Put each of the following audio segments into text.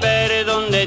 perdón de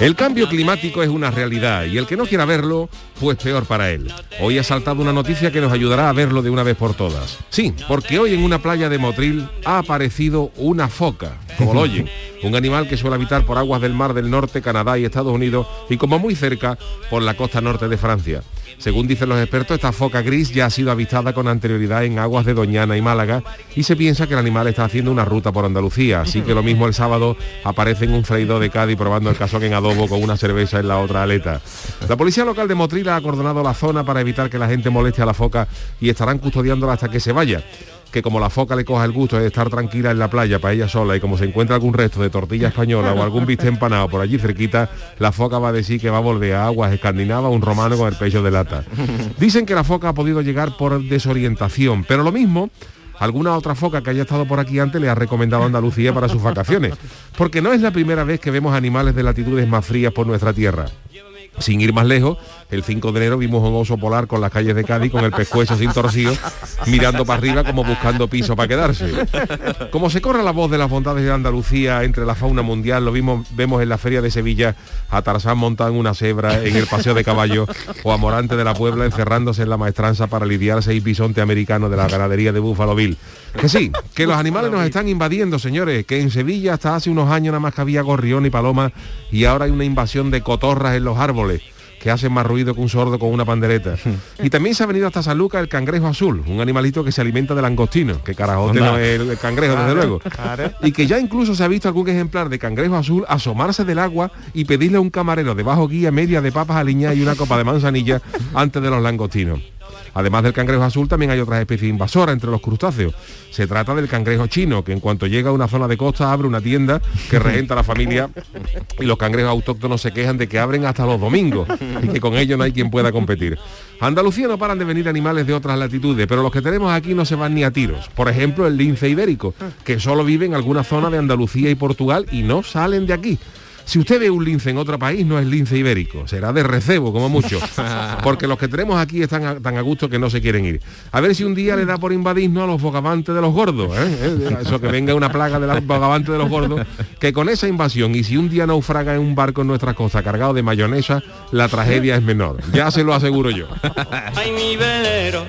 El cambio climático es una realidad y el que no quiera verlo, pues peor para él. Hoy ha saltado una noticia que nos ayudará a verlo de una vez por todas. Sí, porque hoy en una playa de Motril ha aparecido una foca, como lo oyen, un animal que suele habitar por aguas del mar del norte, Canadá y Estados Unidos y como muy cerca por la costa norte de Francia. Según dicen los expertos, esta foca gris ya ha sido avistada con anterioridad en aguas de Doñana y Málaga y se piensa que el animal está haciendo una ruta por Andalucía, así que lo mismo el sábado aparece en un freído de Cádiz probando el cazón en adobo con una cerveza en la otra aleta. La policía local de Motril ha acordonado la zona para evitar que la gente moleste a la foca y estarán custodiándola hasta que se vaya que como la foca le coja el gusto de estar tranquila en la playa para ella sola y como se encuentra algún resto de tortilla española o algún bistec empanado por allí cerquita, la foca va a decir que va a volver a aguas escandinavas un romano con el pecho de lata. Dicen que la foca ha podido llegar por desorientación, pero lo mismo alguna otra foca que haya estado por aquí antes le ha recomendado Andalucía para sus vacaciones, porque no es la primera vez que vemos animales de latitudes más frías por nuestra tierra. Sin ir más lejos, el 5 de enero vimos un oso polar con las calles de Cádiz con el pescuezo sin torcido, mirando para arriba como buscando piso para quedarse. Como se corre la voz de las bondades de Andalucía entre la fauna mundial, lo vimos, vemos en la feria de Sevilla a Tarzán montado en una cebra en el paseo de caballo o a Morante de la Puebla encerrándose en la maestranza para lidiar seis bisontes americanos de la ganadería de Buffalo Bill. Que sí, que los animales nos están invadiendo, señores, que en Sevilla hasta hace unos años nada más que había gorrión y paloma y ahora hay una invasión de cotorras en los árboles que hacen más ruido que un sordo con una pandereta. Y también se ha venido hasta San Lucas el cangrejo azul, un animalito que se alimenta de langostino, que carajote Anda. no es el, el cangrejo, desde Claro, luego. claro. Y que ya incluso se ha visto algún ejemplar de cangrejo azul asomarse del agua y pedirle a un camarero de bajo guía media de papas aliñadas y una copa de manzanilla antes de los langostinos. Además del cangrejo azul también hay otras especies invasoras entre los crustáceos. Se trata del cangrejo chino, que en cuanto llega a una zona de costa abre una tienda que regenta la familia y los cangrejos autóctonos se quejan de que abren hasta los domingos y que con ellos no hay quien pueda competir. A Andalucía no paran de venir animales de otras latitudes, pero los que tenemos aquí no se van ni a tiros. Por ejemplo, el lince ibérico, que solo vive en alguna zona de Andalucía y Portugal y no salen de aquí. Si usted ve un lince en otro país, no es lince ibérico, será de recebo, como mucho, porque los que tenemos aquí están a- tan a gusto que no se quieren ir. A ver si un día le da por invadirnos a los bogavantes de los gordos, ¿eh? ¿Eh? eso que venga una plaga de los bogavantes de los gordos, que con esa invasión, y si un día naufraga en un barco en nuestras costas cargado de mayonesa, la tragedia es menor, ya se lo aseguro yo. Ay, mi velero,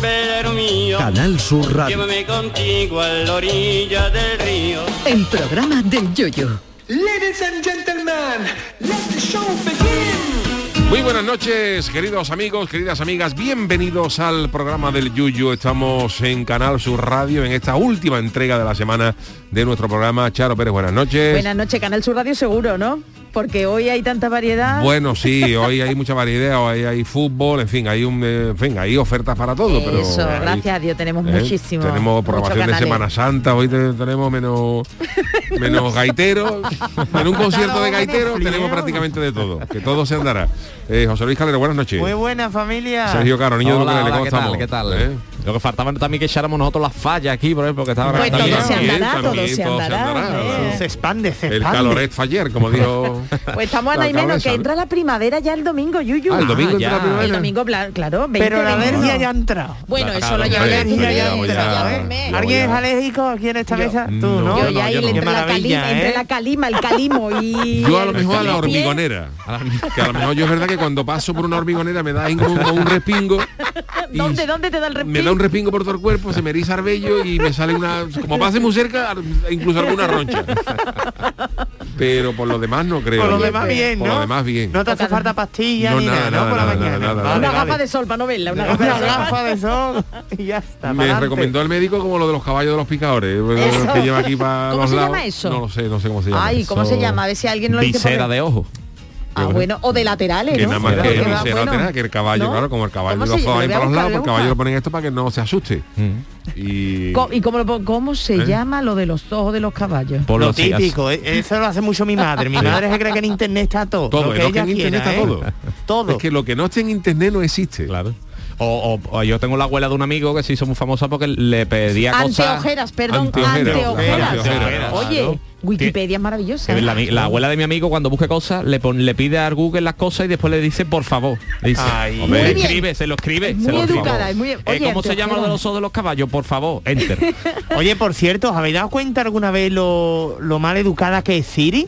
velero mío, Canal Sur Radio. llévame contigo a la orilla del río. El programa del Yoyo. Ladies and gentlemen, let the show begin. Muy buenas noches, queridos amigos, queridas amigas, bienvenidos al programa del Yuyu. Estamos en Canal Sur Radio en esta última entrega de la semana de nuestro programa. Charo Pérez, buenas noches. Buenas noches, Canal Sur Radio seguro, ¿no? Porque hoy hay tanta variedad. Bueno, sí, hoy hay mucha variedad, hoy hay fútbol, en fin, hay un, eh, en fin, hay ofertas para todo, pero Eso, hay- gracias a Dios, tenemos ¿eh? muchísimo. Tenemos muchos programación de canales. Semana Santa, hoy te- tenemos menos menos gaiteros, en un concierto de gaiteros tenemos prácticamente de todo, que todo se andará. Eh, José Luis Calero, buenas noches. Muy buena familia. Sergio Caro, niño Hola, de Ucrania, hola, ¿cómo ¿qué estamos? Tal, ¿Qué tal? ¿Eh? Lo que faltaba también que echáramos nosotros las fallas aquí, por ejemplo, que estaba Pues todo También, se también. andará, todo también, se todo se andará. andará, ¿eh? Se expande, se expande. El caloret faller, como dijo. Pues estamos a la nada y menos alcaldesa, que ¿no? entra la primavera ya el domingo, Yuyu. Ah, el domingo Ah, entra ya. la primavera. El domingo, pla- claro, 20, Pero la 21. alergia ya ha entrado. Bueno, Claro, eso lo hombre, llevo ya eso aquí, ya ya voy eso a- ya hace un mes. Yo ¿Alguien ya. es alérgico aquí en esta mesa? Tú, ¿no? Yo Yo ya ahí yo no. le Qué entra la maravilla, calima, entre ¿eh? la calima, el calimo y... Yo a lo el mejor a la pie. hormigonera. Que a lo mejor yo es verdad que cuando paso por una hormigonera me da un, un respingo. y ¿Dónde, dónde te da el Me da respiro? un respingo por todo el cuerpo, se me eriza el vello y me sale una. Como pase muy cerca, ar- incluso alguna roncha. pero por lo demás no creo. Por lo yo. demás bien, ¿no? Por lo demás bien. No te hace falta pastilla No, ni nada, nada, ¿no? Por la nada, mañana. nada, nada, Vale, una vale. gafa de sol para no verla, una gafa de Una sol. gafa de sol y ya está. Me pa'lante. recomendó el médico como lo de los caballos de los picadores, eh, que lleva aquí para ¿Cómo los se lados. llama eso? No lo sé, no sé cómo se llama. Ay, ¿cómo eso. se llama? A ver si alguien lo dice. por Visera ahí. de ojo. Ah, bueno, o de laterales, Que ¿no? nada más Porque que va- visera bueno. lateral, que el caballo, ¿No? claro, como el caballo ¿Cómo lo se llama? ahí Lo para los voy a lados, buscar, el lo voy a caballo le ponen esto para que no se asuste. Mm. Y Co- ¿Y cómo, lo pon- cómo se ¿Eh? llama lo de los ojos de los caballos? Por Lo los cigas- típico, eh, eso lo hace mucho mi madre. Mi madre se cree que en internet está todo. Todo, lo es que lo que ella en internet quiera, está todo. ¿eh? Todo. es que lo que no esté en internet no existe. Claro. O, o- o yo tengo la abuela de un amigo que se hizo muy famosa porque le pedía cosas... Anteojeras, perdón, Anteojeras. anteojeras. Anteojeras, Oye, claro. Wikipedia es maravillosa. Que ¿eh? La, la abuela de mi amigo cuando busque cosas le, pon- le pide a Google las cosas y después le dice por favor. Le dice, Ay. hombre, Muy bien. escribe, se lo escribe. Es se muy lo escribe. educada, es muy- Eh, oye, ¿Cómo se llama lo de los ojos de los caballos? Por favor, enter. Oye, por cierto, ¿os habéis dado cuenta alguna vez lo, lo mal educada que es Siri?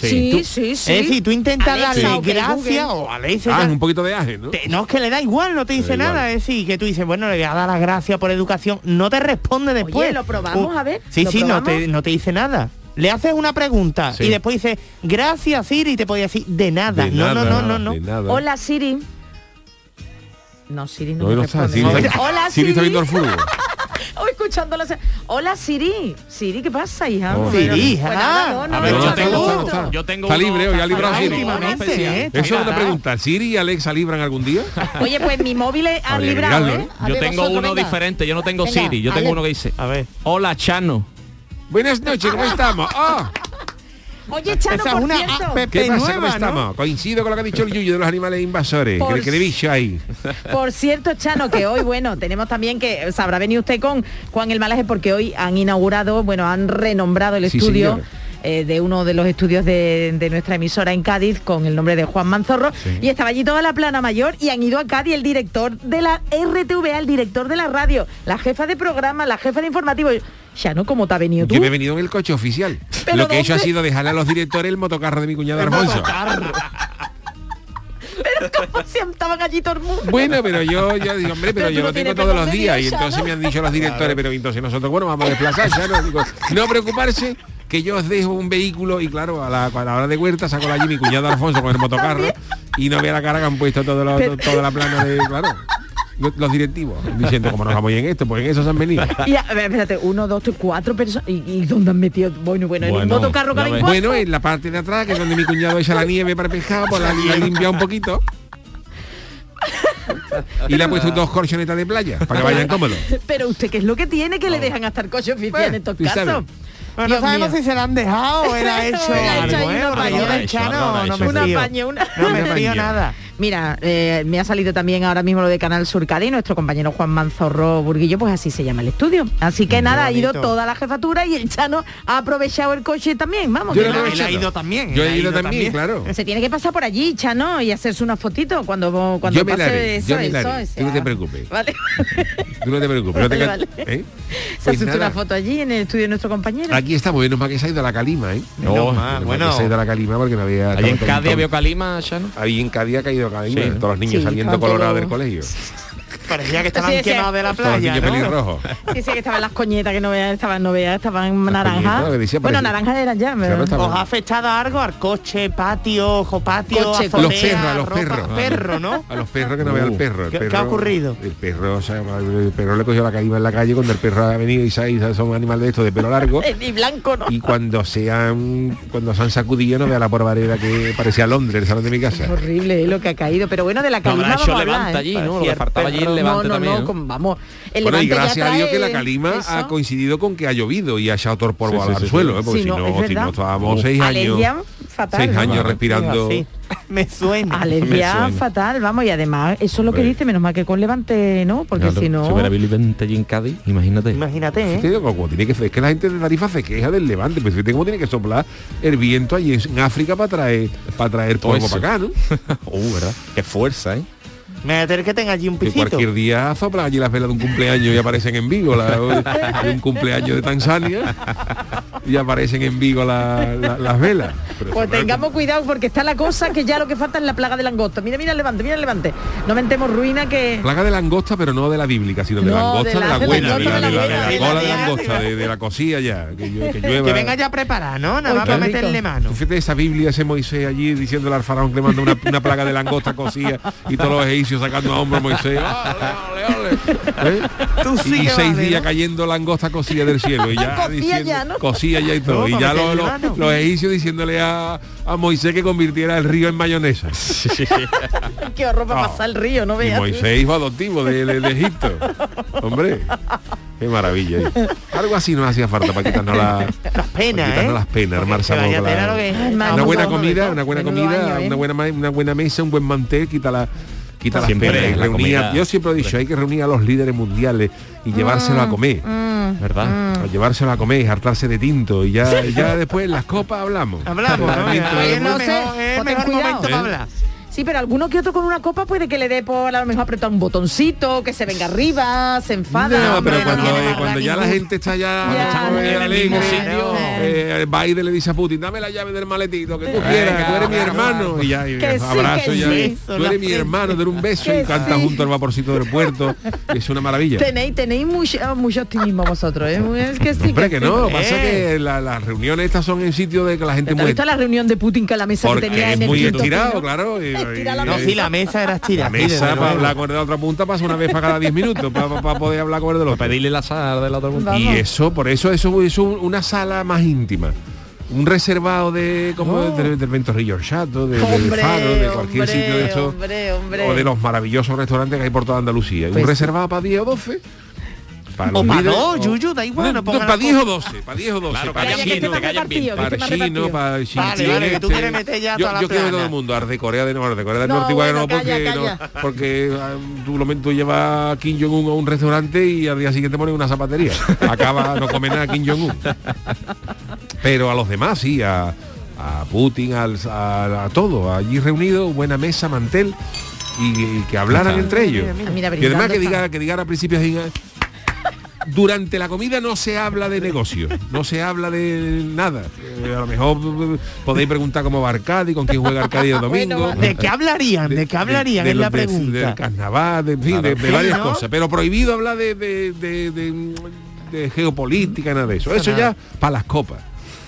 Sí, Tú- sí, sí. Es decir, tú intentas Alexa, darle o que gracias Google. o Alexa, Ah, ya- es un poquito de aje, ¿no? te- no es que le da igual, no te dice da igual. nada, es decir, que tú dices, bueno, le voy a dar las gracias por educación, no te responde después. lo probamos, a ver, Sí, lo sí, no te, probamos. no te dice nada. Le haces una pregunta Sí. y después dice, gracias Siri, y te podía decir, de nada. De no, nada, no, no, no, de no. nada. Hola Siri. No, Siri no, No, me no está, responde. Siri, está- Hola Siri Siri. está viendo el fútbol. O escuchándola. Hola Siri. Siri, ¿qué pasa, hija? Oh, Bueno, Siri, hija. bueno, ahora no, no, A no, ver, no, yo no, tengo- no, está, no. está. Yo tengo Está uno- libre hoy, ha librado a Ahora Siri. últimamente, ¿eh? Está Eso es una mirada. pregunta. ¿Siri y Alexa libran algún día? Oye, pues mi móvil ha Habría que librado, mirarlo, ¿eh? ¿eh? A yo ver, tengo vosotros, uno venga. diferente, yo no tengo Venga, Siri, yo tengo Ale- uno que dice, A ver. hola Chano. ¿eh? Buenas noches, ¿cómo estamos? Ah, Oye, Chano, Esa es por una cierto. app. ¿Qué De pasa? ¿Cómo nueva, ¿no? estamos? Coincido con lo que ha dicho el Yuyu de los animales invasores. Por Que que de bicho ahí. Por cierto, Chano, que hoy, bueno, tenemos también que eh, sabrá venir usted con Juan el Malaje porque hoy han inaugurado, bueno, han renombrado el Sí, estudio. señor. eh, de uno de los estudios de, de nuestra emisora en Cádiz con el nombre de Juan Manzorro y estaba allí toda la plana mayor y han ido a Cádiz el director de la RTVA, el director de la radio, la jefa de programa, la jefa de informativo. Ya no, ¿cómo te ha venido tú? Yo me he venido en el coche oficial. ¿Pero Lo que he hecho ha dónde? sido dejarle a los directores el motocarro de mi cuñado Alfonso. ¿Cómo se estaban allí todo el mundo? Bueno, pero yo, yo digo, hombre, pero, Pero tú yo no lo tengo tienes todos los perdón de días. Dios, y ya, entonces ¿no? me han dicho los directores, pero entonces nosotros, bueno, vamos a desplazar, ya no, Digo, no preocuparse, que yo os dejo un vehículo y claro, a la, a la hora de huerta saco allí mi cuñado Alfonso con el motocarro y no vea la cara que han puesto todo lo- Pero- toda la plana de, claro, lo- los directivos, diciendo, como nos vamos en esto, pues en eso se han venido. Y a ver, espérate, uno, dos, tres, cuatro personas. ¿Y, y dónde han metido? Bueno, bueno, en un Bueno, motocarro ya caben ves. cuatro. Bueno, en la parte de atrás, que es donde mi cuñado echa la nieve para el pescado, pues la, la limpia un poquito. Y le ha puesto dos colchonetas de playa, para que vayan cómodos. Pero usted, ¿qué es lo que tiene que le dejan hasta el coche oficial Bueno, en estos tú casos? sabes. Bueno, no Dios sabemos mío. si se la han dejado o era hecho Era hecho algo, ahí ¿eh? una Porque yo paña. del Chano no me Una fío. paña, una- No me una fío paña. nada. Mira, eh, me ha salido también ahora mismo lo de Canal Sur Cádiz, nuestro compañero Juan Manzorro Burguillo, pues así se llama el estudio. Así que nada, ha ido bonito. toda la jefatura y el Chano ha aprovechado el coche también, vamos. Yo que lo no- he Él ha aprovechado. ido también. Yo él he ha ido también, claro. se tiene que pasar por allí, Chano, y hacerse una fotito cuando, cuando Yo me la pase haré, eso, yo me la eso, haré. eso. Tú no te preocupes. Vale. Tú no te preocupes. no te Vale, ca- vale. ¿eh? se Pues asustó nada, una foto allí en el estudio de nuestro compañero. Aquí estamos, menos mal que se ha ido a la calima, ¿eh? Menos Oh, mal, menos bueno. que se ha ido a la calima porque no había... Allí en estaba Cádiz calentón. vio Calima, Chano. Ahí en Cádiz ha caído calima, Sí, ¿no? todos los niños Sí, saliendo tanto colorados lo- del colegio. Parecía que estaban Sí, sí. quemados de la Todos los playa, niños ¿no? pelirrojos. Dice que estaban las coñetas que no veas, estaban no veas, estaban coñetas, naranjas. lo que decía, Bueno, parecía- naranjas eran ya, Claro, pero... estaba- ¿Os ha afectado algo al coche, patio, ojo patio, Coche, azotea, Los perros, a los ropa, perros. perro, ¿no? A los perros que no Uh. vea el perro. El ¿Qué- qué ha perro- ocurrido? El perro, o sea, el perro le cogió la calima en la calle cuando el perro ha venido y se ha- son animales de estos de pelo largo. Y blanco, ¿no? Y cuando se han cuando se han sacudido no vea la porvareda que parecía Londres, el salón de mi casa. Es horrible eh, lo que ha caído, pero bueno, de la No, calima habrá vamos hecho a hablar, levanta ¿eh? allí, ¿no? Lo Parecía que faltaba allí el no, levante no, también. no, ¿no? con- vamos. El ¿eh? Bueno, y Levante ya gracias a trae Dios que la calima eso. ha coincidido con que ha llovido y ha echado torpor Sí, sí, al sí, Uh. sí. suelo, ¿eh? porque Sí, si no, es no, si verdad. no estábamos seis años, Alergia fatal. seis ¿no? años Vale. respirando. Digo así. Me suena. Alergia Me suena. fatal, vamos, y además, eso es lo que Hombre. dice, menos mal que con Levante, ¿no? Porque Claro, si no... Si hubiera Billy Vente allí en Cádiz, imagínate. Imagínate, Fíjate ¿eh? cómo- cómo tiene que, es que la gente de Tarifa se queja del levante, pero fíjate cómo tiene que soplar el viento allí en África para traer para traer Todo polvo eso. para acá, ¿no? Uh, ¿verdad? Qué fuerza, ¿eh? Me voy a tener que tenga allí un Que pisito. cualquier día soplan allí las velas de un cumpleaños y aparecen en vivo, la, de un cumpleaños de Tanzania. Y y aparecen en Vigo la- la- las velas. Pero Pues está mal. tengamos cuidado porque está la cosa que ya lo que falta es la plaga de langosta. Mira, mira el levante, mira el levante. No mentemos ruina que... Plaga de langosta, pero no de la bíblica, sino de No, langosta, de de la- la de buena, de langosta, la, de la de la- de la buena. cola de Sí, langosta, sí, de, de la cosilla ya, que, llueve- que Que llueva. venga ya preparada, ¿no? Nada Uy, más para qué rico. meterle mano. Tú fíjate esa Biblia, ese Moisés allí diciéndole al faraón que le manda una, una plaga de langosta cosía y todos los egipcios sacando a hombro a Moisés. ¡Ole, ole, ole! ¿Eh? Tú sí y que seis vale, días ¿no? cayendo langosta cosía del cielo. Y ya Cocía diciendo- ya, ¿no? Cocía ya y todo. No, y para ya lo- meterle lo- mano. los egipcios diciéndole a, a Moisés que convirtiera el río en mayonesa. Qué horror para Ah. pasar el río, no Y veas. Moisés hijo adoptivo de, de- de Egipto. Hombre, qué maravilla. ¿eh? Algo así nos hacía falta para quitarnos, la, para Las penas, quitarnos ¿eh? las penas, Porque armarse vaya algo con tela la- lo que- Ay, madre, una Vamos, buena vamos, comida, Roberto. una buena Menudo comida, año, ¿eh? una buena ma- una buena mesa, un buen mantel, quita la quita las Siempre penas, la reunir a- comida- yo siempre he dicho, hay que reunir a los líderes mundiales y llevárselo a Mm, comer. Mm, ¿Verdad? A llevárselo a comer y hartarse de tinto y ya, y ya después las copas hablamos. Hablamos, ¿no? Hablamos de tinto, Ahí es de- lo No sé, mejor, es el pues ten mejor cuidado. momento ¿Eh? para hablar. Sí, pero alguno que otro con una copa puede que le dé por a lo mejor apretar un botoncito, que se venga arriba, se enfada. No, hombre, pero cuando, tiene eh, maldad cuando ya la ninguna. gente está ya, Ya, cuando en está el alegre, mismo sitio. eh, Biden le dice a Putin, dame la llave del maletito, que tú quieras, tú eres mi hermano. Y ya, y Que sí, abrazo, que ya, sí. tú eres mi hermano, te doy un beso Que y canta sí. junto al vaporcito del puerto. Es una maravilla. Tenéis, tenéis mucho, ah, mucho optimismo vosotros, ¿eh? Es que sí. Hombre, que sí. no, sí. pasa que la- las reuniones estas son en sitio de que la gente ¿Te has muere. visto la reunión de Putin que la mesa que tenía Porque es en el muy quinto estirado, piso? claro. y- Estira la y- No, sí, la mesa era la estira. mesa para hablar con el de la otra punta pasa una vez para cada 10 minutos para poder hablar con el de los Pedirle la sal de la otra punta. Vamos. Y eso, por eso, eso es un- una sala más íntima. Un reservado de como del, del ventorrillo chato, de, del Hombre, Faro, de cualquier hombre, sitio de estos. hombre, hombre. O de los maravillosos restaurantes que hay por toda Andalucía. Pues un sí. reservado para 10 o 12. Para O los para líderes, dos, o- Yuyu, da igual, no ponga para la 10 o 12, para 10 o 12. Claro, para que haya chino, que esté más para repartido, que esté más chino, repartido. para chino, Vale, vale, que tú este- quieres meter ya yo, toda la yo quiero de todo plana. el mundo, Arde Corea de Norte, Corea del No, Norte igual bueno, no, porque, calla, no, calla. porque ah, tú lo meto lleva a Kim Jong-un a un restaurante y al día siguiente pones una zapatería. Acaba, no come nada Kim Jong-un. Pero a los demás, sí, a, a Putin, al, a, a todo, allí reunido, buena mesa, mantel y, y que hablaran entre ellos. mira, mira, y además brindando que diga, están. que digan a principios diga, durante la comida no se habla de negocio, no se habla de nada. Eh, a lo mejor eh, podéis preguntar cómo va Arcadi, con quién juega Arcadi el domingo. ¿De qué hablarían? ¿De qué hablarían? de es la los- de- pregunta. del carnaval, de, en fin, de, de Sí, varias ¿no? cosas. Pero prohibido hablar de, de- de- de- de geopolítica, nada de eso. Eso ya para las copas.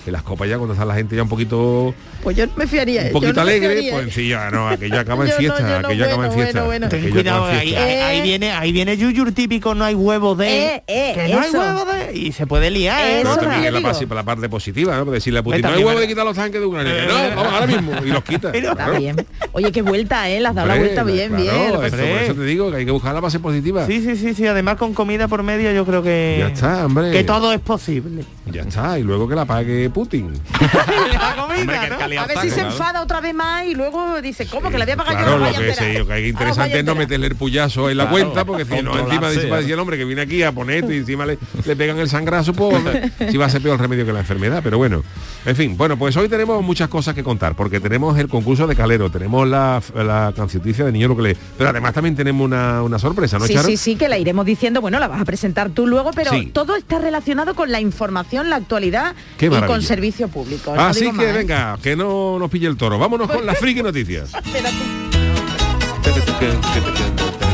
Que las copas ya cuando está la gente ya un poquito Pues yo no me fiaría. Eh, un yo poquito no me alegre, fiaría. pues sí, ya no, aquello acaba en Yo no, fiesta, yo no, aquello acaba en bueno, fiesta. bueno, bueno. Ten aquello cuidado, acaba en ahí, fiesta. ahí- ahí Eh. viene, ahí viene Yuyu el típico, no hay huevo de. Eh, eh, que no hay eso. huevo de. Y se puede liar, ¿eh? Eso No, es lo también que es la, digo. pasi- la parte positiva, ¿no? Decirle a Putin, Pues no hay también, huevo de ¿verdad? quitar los tanques de Eh, Ucrania. Que No, vamos ahora mismo. Y los quita. Pero- Está bien. Oye, qué vuelta, ¿eh? Las da la Hombre, vuelta bien, claro, bien. esto, Por Hombre. eso te digo que hay que buscar la base positiva. Sí, sí, sí, sí. Además con comida por medio yo creo que. Ya está, hombre. Que todo es posible. Ya está, y luego que la pague Putin. La comida, ¿no? A ver si se enfada otra vez más y luego dice, ¿cómo? Que la voy a pagar yo. Claro, no lo vaya que, entera. sé yo, que hay que Ah, os interesante vaya es no entera. meterle el puyazo en la Claro, cuenta, porque si no, encima controlarse, de- va a decir ¿no? el hombre que viene aquí a ponerte y encima le, le pegan el sangrazo, pues si va a ser peor el remedio que la enfermedad, pero bueno. En fin, bueno, pues hoy tenemos muchas cosas que contar, porque tenemos el concurso de Calero, tenemos la, la cancioticia de Niño Lo que le... Pero además también tenemos una, una sorpresa, ¿no, Sí, Charo? sí, sí, que la iremos diciendo, bueno, la vas a presentar tú luego, pero Sí. todo está relacionado con la información, la actualidad Qué y maravilla. con servicio público. no Así digo que más, ¿eh? venga, que no nos pille el toro. Vámonos con las friki noticias.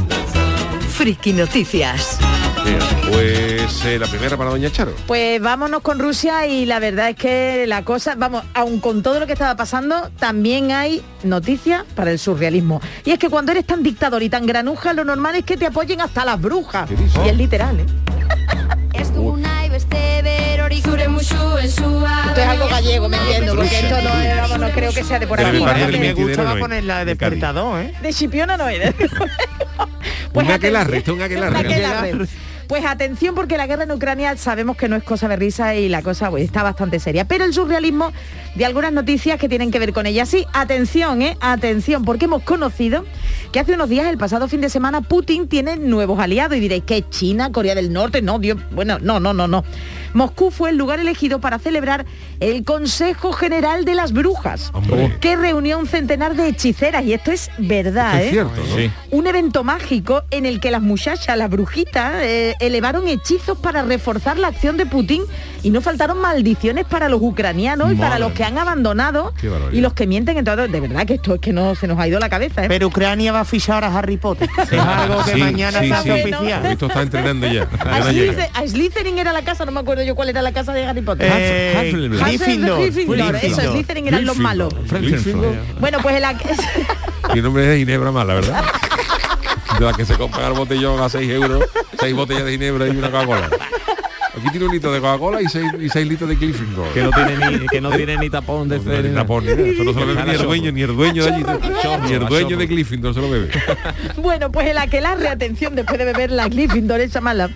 Friki Noticias. Bien, Pues eh, la primera para Doña Charo. Pues vámonos con Rusia y la verdad es que la cosa, vamos, aun con todo lo que estaba pasando, también hay noticias para el surrealismo. Y es que cuando eres tan dictador y tan granuja, lo normal es que te apoyen hasta las brujas. ¿Qué dices? Y es literal, ¿eh? este Esto es algo gallego, me entiendo, porque esto no, es- vamos, no creo que sea de por Pero aquí. me ¿vale? parece Que me mentidero no gustaba es, poner la de de Cádiz. despertador, ¿eh? De Chipiona no es. desde luego. un atención. aquelarre, esto es un aquelarre. Un aquelarre. Pues atención porque la guerra en Ucrania sabemos que no es cosa de risa y la cosa pues, está bastante seria. Pero el surrealismo de algunas noticias que tienen que ver con ella. Sí, atención, ¿eh? atención, porque hemos conocido que hace unos días, el pasado fin de semana, Putin tiene nuevos aliados y diréis que China, Corea del Norte, no, Dios, bueno, no, no, no, no. Moscú fue el lugar elegido para celebrar el Consejo General de las Brujas, Hombre. que reunió un centenar de hechiceras, y esto es verdad, es ¿eh? cierto, ¿no? Sí. un evento mágico en el que las muchachas, las brujitas, eh, elevaron hechizos para reforzar la acción de Putin y no faltaron maldiciones para los ucranianos y para Madre los que han abandonado Qué barbaridad. y los que mienten en todo. De verdad que esto es que no se nos ha ido la cabeza. ¿eh? Pero Ucrania va a fichar a Harry Potter. es algo que Sí, mañana sí, se hace sí. oficial. Esto está entrenando ya. a, Mañana llega. Slyther- a Slytherin era la casa, no me acuerdo yo cuál era la casa de Harry Potter. Eh, Hufflepuff. Hufflepuff, Gryffindor. Gryffindor, ¿eh? eso, Gryffindor. Slytherin eran los malos. Bueno, pues el ac- Mi nombre es Ginebra Mala, ¿verdad? De la que se compra el botellón a 6 euros, 6 botellas de Ginebra y una Coca-Cola. Aquí tiene un litro de Coca-Cola y 6 y seis litros de Clifford. Que no tiene ni, que no tiene ni tapón de No tiene tapón ni nada. Eso no se lo bebe ni el dueño, ni el dueño de allí. Ni el dueño de Clifford se lo bebe. Bueno, pues el aquelarre, atención, después de beber la Gryffindor esa mala.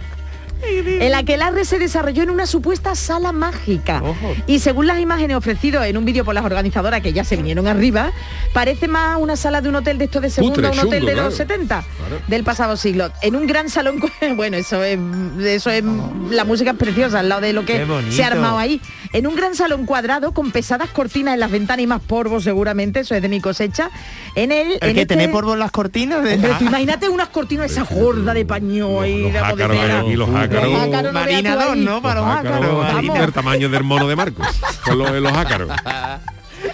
El aquelarre se desarrolló en una supuesta sala mágica Ojo. y según las imágenes ofrecidas en un vídeo por las organizadoras que ya se vinieron arriba, parece más una sala de un hotel de estos de segunda, Cutre, un hotel chungo, de claro. los 70 Claro. del pasado siglo, en un gran salón, con- bueno, eso es, eso es, la música es preciosa al lado de lo que Qué bonito. se ha armado ahí, en un gran salón cuadrado con pesadas cortinas en las ventanas y más polvo seguramente, eso es de mi cosecha, en el... El en que este- tener polvo en las cortinas de Hombre, tú imagínate unas cortinas esa gorda de paño y Los de ácaros gotetera. aquí, los Los ácaros. ácaros no veas Marina tú ahí. dos, ¿no? Para los ácaros. Vamos. Marina. El tamaño del mono de Marcos. Con los, los ácaros.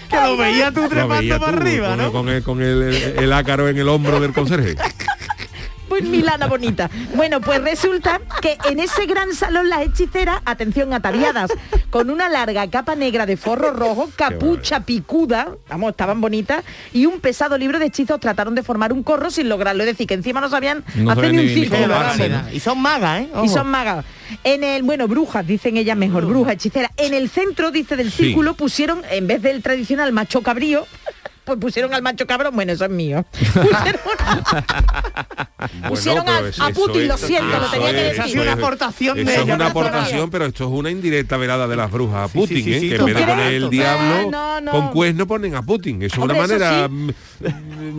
Que lo veía tú Lo trepando veía para tú, arriba, con, ¿no? el- con el, con el, el ácaro en el hombro del conserje. Pues Milana bonita. Bueno, pues resulta que en ese gran salón las hechiceras, atención, ataviadas, con una larga capa negra de forro rojo, capucha picuda, vamos, estaban bonitas, y un pesado libro de hechizos trataron de formar un corro sin lograrlo. Es decir, que encima no sabían No hacer sabían ni ni- un ni círculo. Qué Como Barney, barbaridad. Y son magas, ¿eh? Ojo. Y son magas. En el, bueno, brujas, dicen ellas mejor, brujas, hechiceras. En el centro, dice, del Sí. círculo pusieron, en vez del tradicional macho cabrío, pues pusieron al macho cabrón, bueno, eso es mío. Pusieron, Pusieron pero a- es- a eso Putin, lo siento, lo eso tenía que es- decir. eso Ha sido una es- aportación eso de es ella, una no sabía. aportación, pero esto es una indirecta velada de las brujas a Sí, sí, Putin, sí, ¿eh? sí, que en vez de total. poner el Ah, diablo no, no. con cuerno ponen a Putin. Es una Hombre, eso manera sí. mm,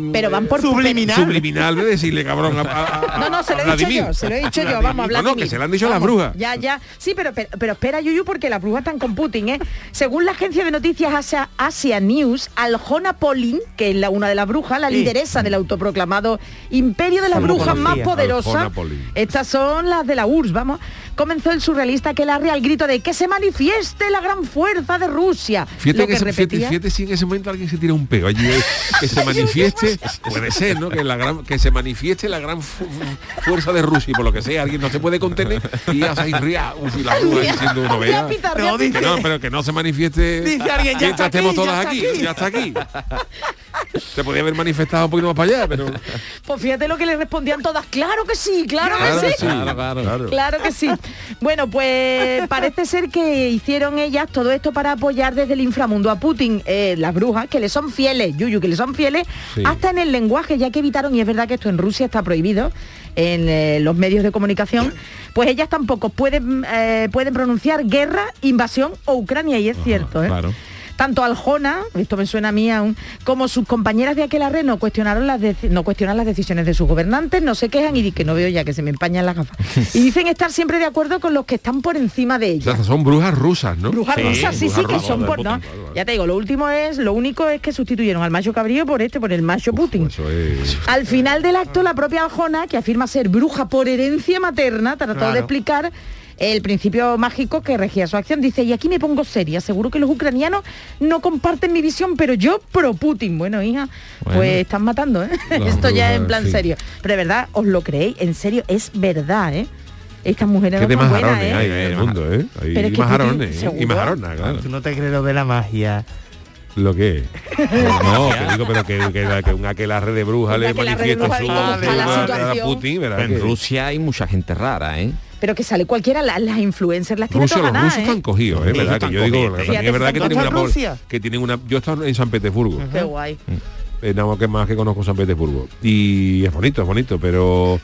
mm, pero van por... Subliminal. subliminal de decirle cabrón a, a- a- No, no, se lo a he dicho Ah, Vladimir. yo, se lo he dicho yo, Vladimir. vamos a hablar No, no, que se lo han dicho a las brujas. Ya, ya. Sí, pero, pero, pero espera, Yuyu, porque las brujas están con Putin, ¿eh? Según la agencia de noticias Asia, Asia News, Aljona Polin, que es la, una de las brujas, la Sí. lideresa del autoproclamado imperio de las Sí, lo brujas más conocía, poderosa, Aljona Polin. estas son las de la URSS, vamos, comenzó el surrealista que larre al grito de que se manifieste la gran fuerza de Rusia. Fíjate Lo que, que se- fíjate, repetía- fíjate si en ese momento alguien se tira un peo allí eh, que se manifieste puede ser no que la gran que se manifieste la gran fu- fu- fuerza de Rusia y por lo que sea alguien no se puede contener y hace ahí ría uf, y la grúa diciendo uno vea Rápida, rápida. No, dice- que no pero que no se manifieste Dice alguien, "Ya mientras está estemos aquí, ya todas está aquí, aquí". ya está aquí se podía haber manifestado un poquito más para allá pero Pues fíjate lo que le respondían todas, claro que sí, claro, Claro que que Ah, sí. sí, Claro, claro. Claro que sí. Bueno, pues parece ser que hicieron ellas todo esto para apoyar desde el inframundo a Putin, eh, las brujas, que le son fieles, Yuyu, que le son fieles, Sí. hasta en el lenguaje, ya que evitaron, y es verdad que esto en Rusia está prohibido, en eh, los medios de comunicación, pues ellas tampoco pueden, eh, pueden pronunciar guerra, invasión o Ucrania, y es cierto. ¿eh? claro. Tanto Aljona, esto me suena a mí aún, como sus compañeras de aquel arreno cuestionaron las deci- no cuestionan las decisiones de sus gobernantes, no se quejan y di- que no veo ya que se me empañan las gafas. Y dicen estar siempre de acuerdo con los que están por encima de o ellas. sea, son brujas rusas no Brujas Sí, rusas, sí, sí, brujas que rusas, son de por... Putin, no. claro, claro. Ya te digo, lo último es, lo único es que sustituyeron al macho cabrío por este, por el macho Putin. pues eso es Al final del acto, la propia Aljona, que afirma ser bruja por herencia materna, trató Claro. de explicar el principio mágico que regía su acción. Dice, y aquí me pongo seria, seguro que los ucranianos no comparten mi visión, pero yo pro Putin. Bueno, hija, Bueno. pues están matando, ¿eh? Las Esto ya brujas, es en plan en fin. serio. Pero de verdad, os lo creéis, en serio, es verdad, ¿eh? Estas mujeres qué no de son más buenas, jarones ¿eh? hay en el mundo eh hay Pero es que más Putin, jarones ¿eh? y seguro. más jaronas claro Tú no te crees lo de la magia. ¿Lo que No, que digo, pero que, que, que un aquelarre de bruja Un le aquelarre de manifiesta bruja su y cómo está la su- a situación. Putin, ¿verdad? En que- Rusia hay mucha gente rara, ¿eh? Pero que sale cualquiera, la- las influencers las tienen Rusia, los todas ganadas, rusos ¿eh? están cogidos, ¿eh? Los ¿verdad? rusos Que yo están digo, cogidos. también Fíjate, es verdad que ¿están tienen una todos en pol- Rusia? que tienen una yo he estado en San Petersburgo, Qué guay. eh, nada más que más que conozco San Petersburgo y es bonito, es bonito, pero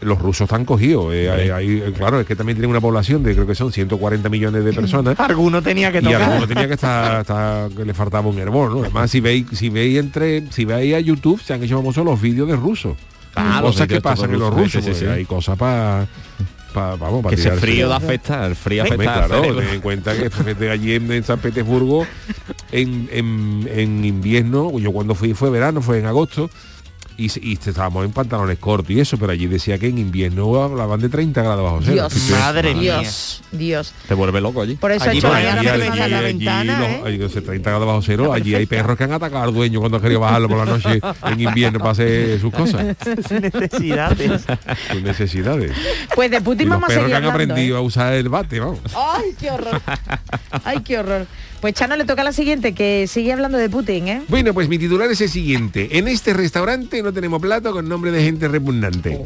los rusos están cogidos, eh, hay- hay- claro, es que también tienen una población de creo que son 140 millones de personas Ah, Alguno tenía que y alguno tocar. tenía que estar, estar- que le faltaba un hervor, ¿no? Además, si veis, si veis entre, si veis a YouTube, se han hecho famosos los vídeos de rusos. Ah, los cosas vídeos que pasan estos en los rusos, ¿eh? rusos, sí, sí, porque sí. hay cosas para pa- vamos, para que ese frío da afecta, el frío afecta al claro, cerebro. ten en cuenta que esta gente allí en, en San Petersburgo en, en- en invierno, yo cuando fui fue verano, fue en agosto, y, se- y estábamos en pantalones cortos y eso, pero allí decía que en invierno hablaban de 30 grados bajo cero. Dios, Madre mía. Dios, Dios. Te vuelve loco allí. Por eso Allí he hecho por la ahí gran había cerveza allí, de la allí, ventana, los- ¿eh? hay que ser 30 grados bajo cero, allí hay perros que han atacado al dueño cuando han querido bajarlo por la noche en invierno para hacer sus cosas, Sin necesidades. sus necesidades. Pues de Y Putin los vamos a perros seguir que han hablando, aprendido ¿eh? a usar el bate, vamos. ¡Ay, qué horror! ¡Ay, qué horror! Pues Chano le toca la siguiente, que sigue hablando de Putin, ¿eh? Bueno, pues mi titular es el siguiente. En este restaurante no tenemos plato con nombre de gente repugnante.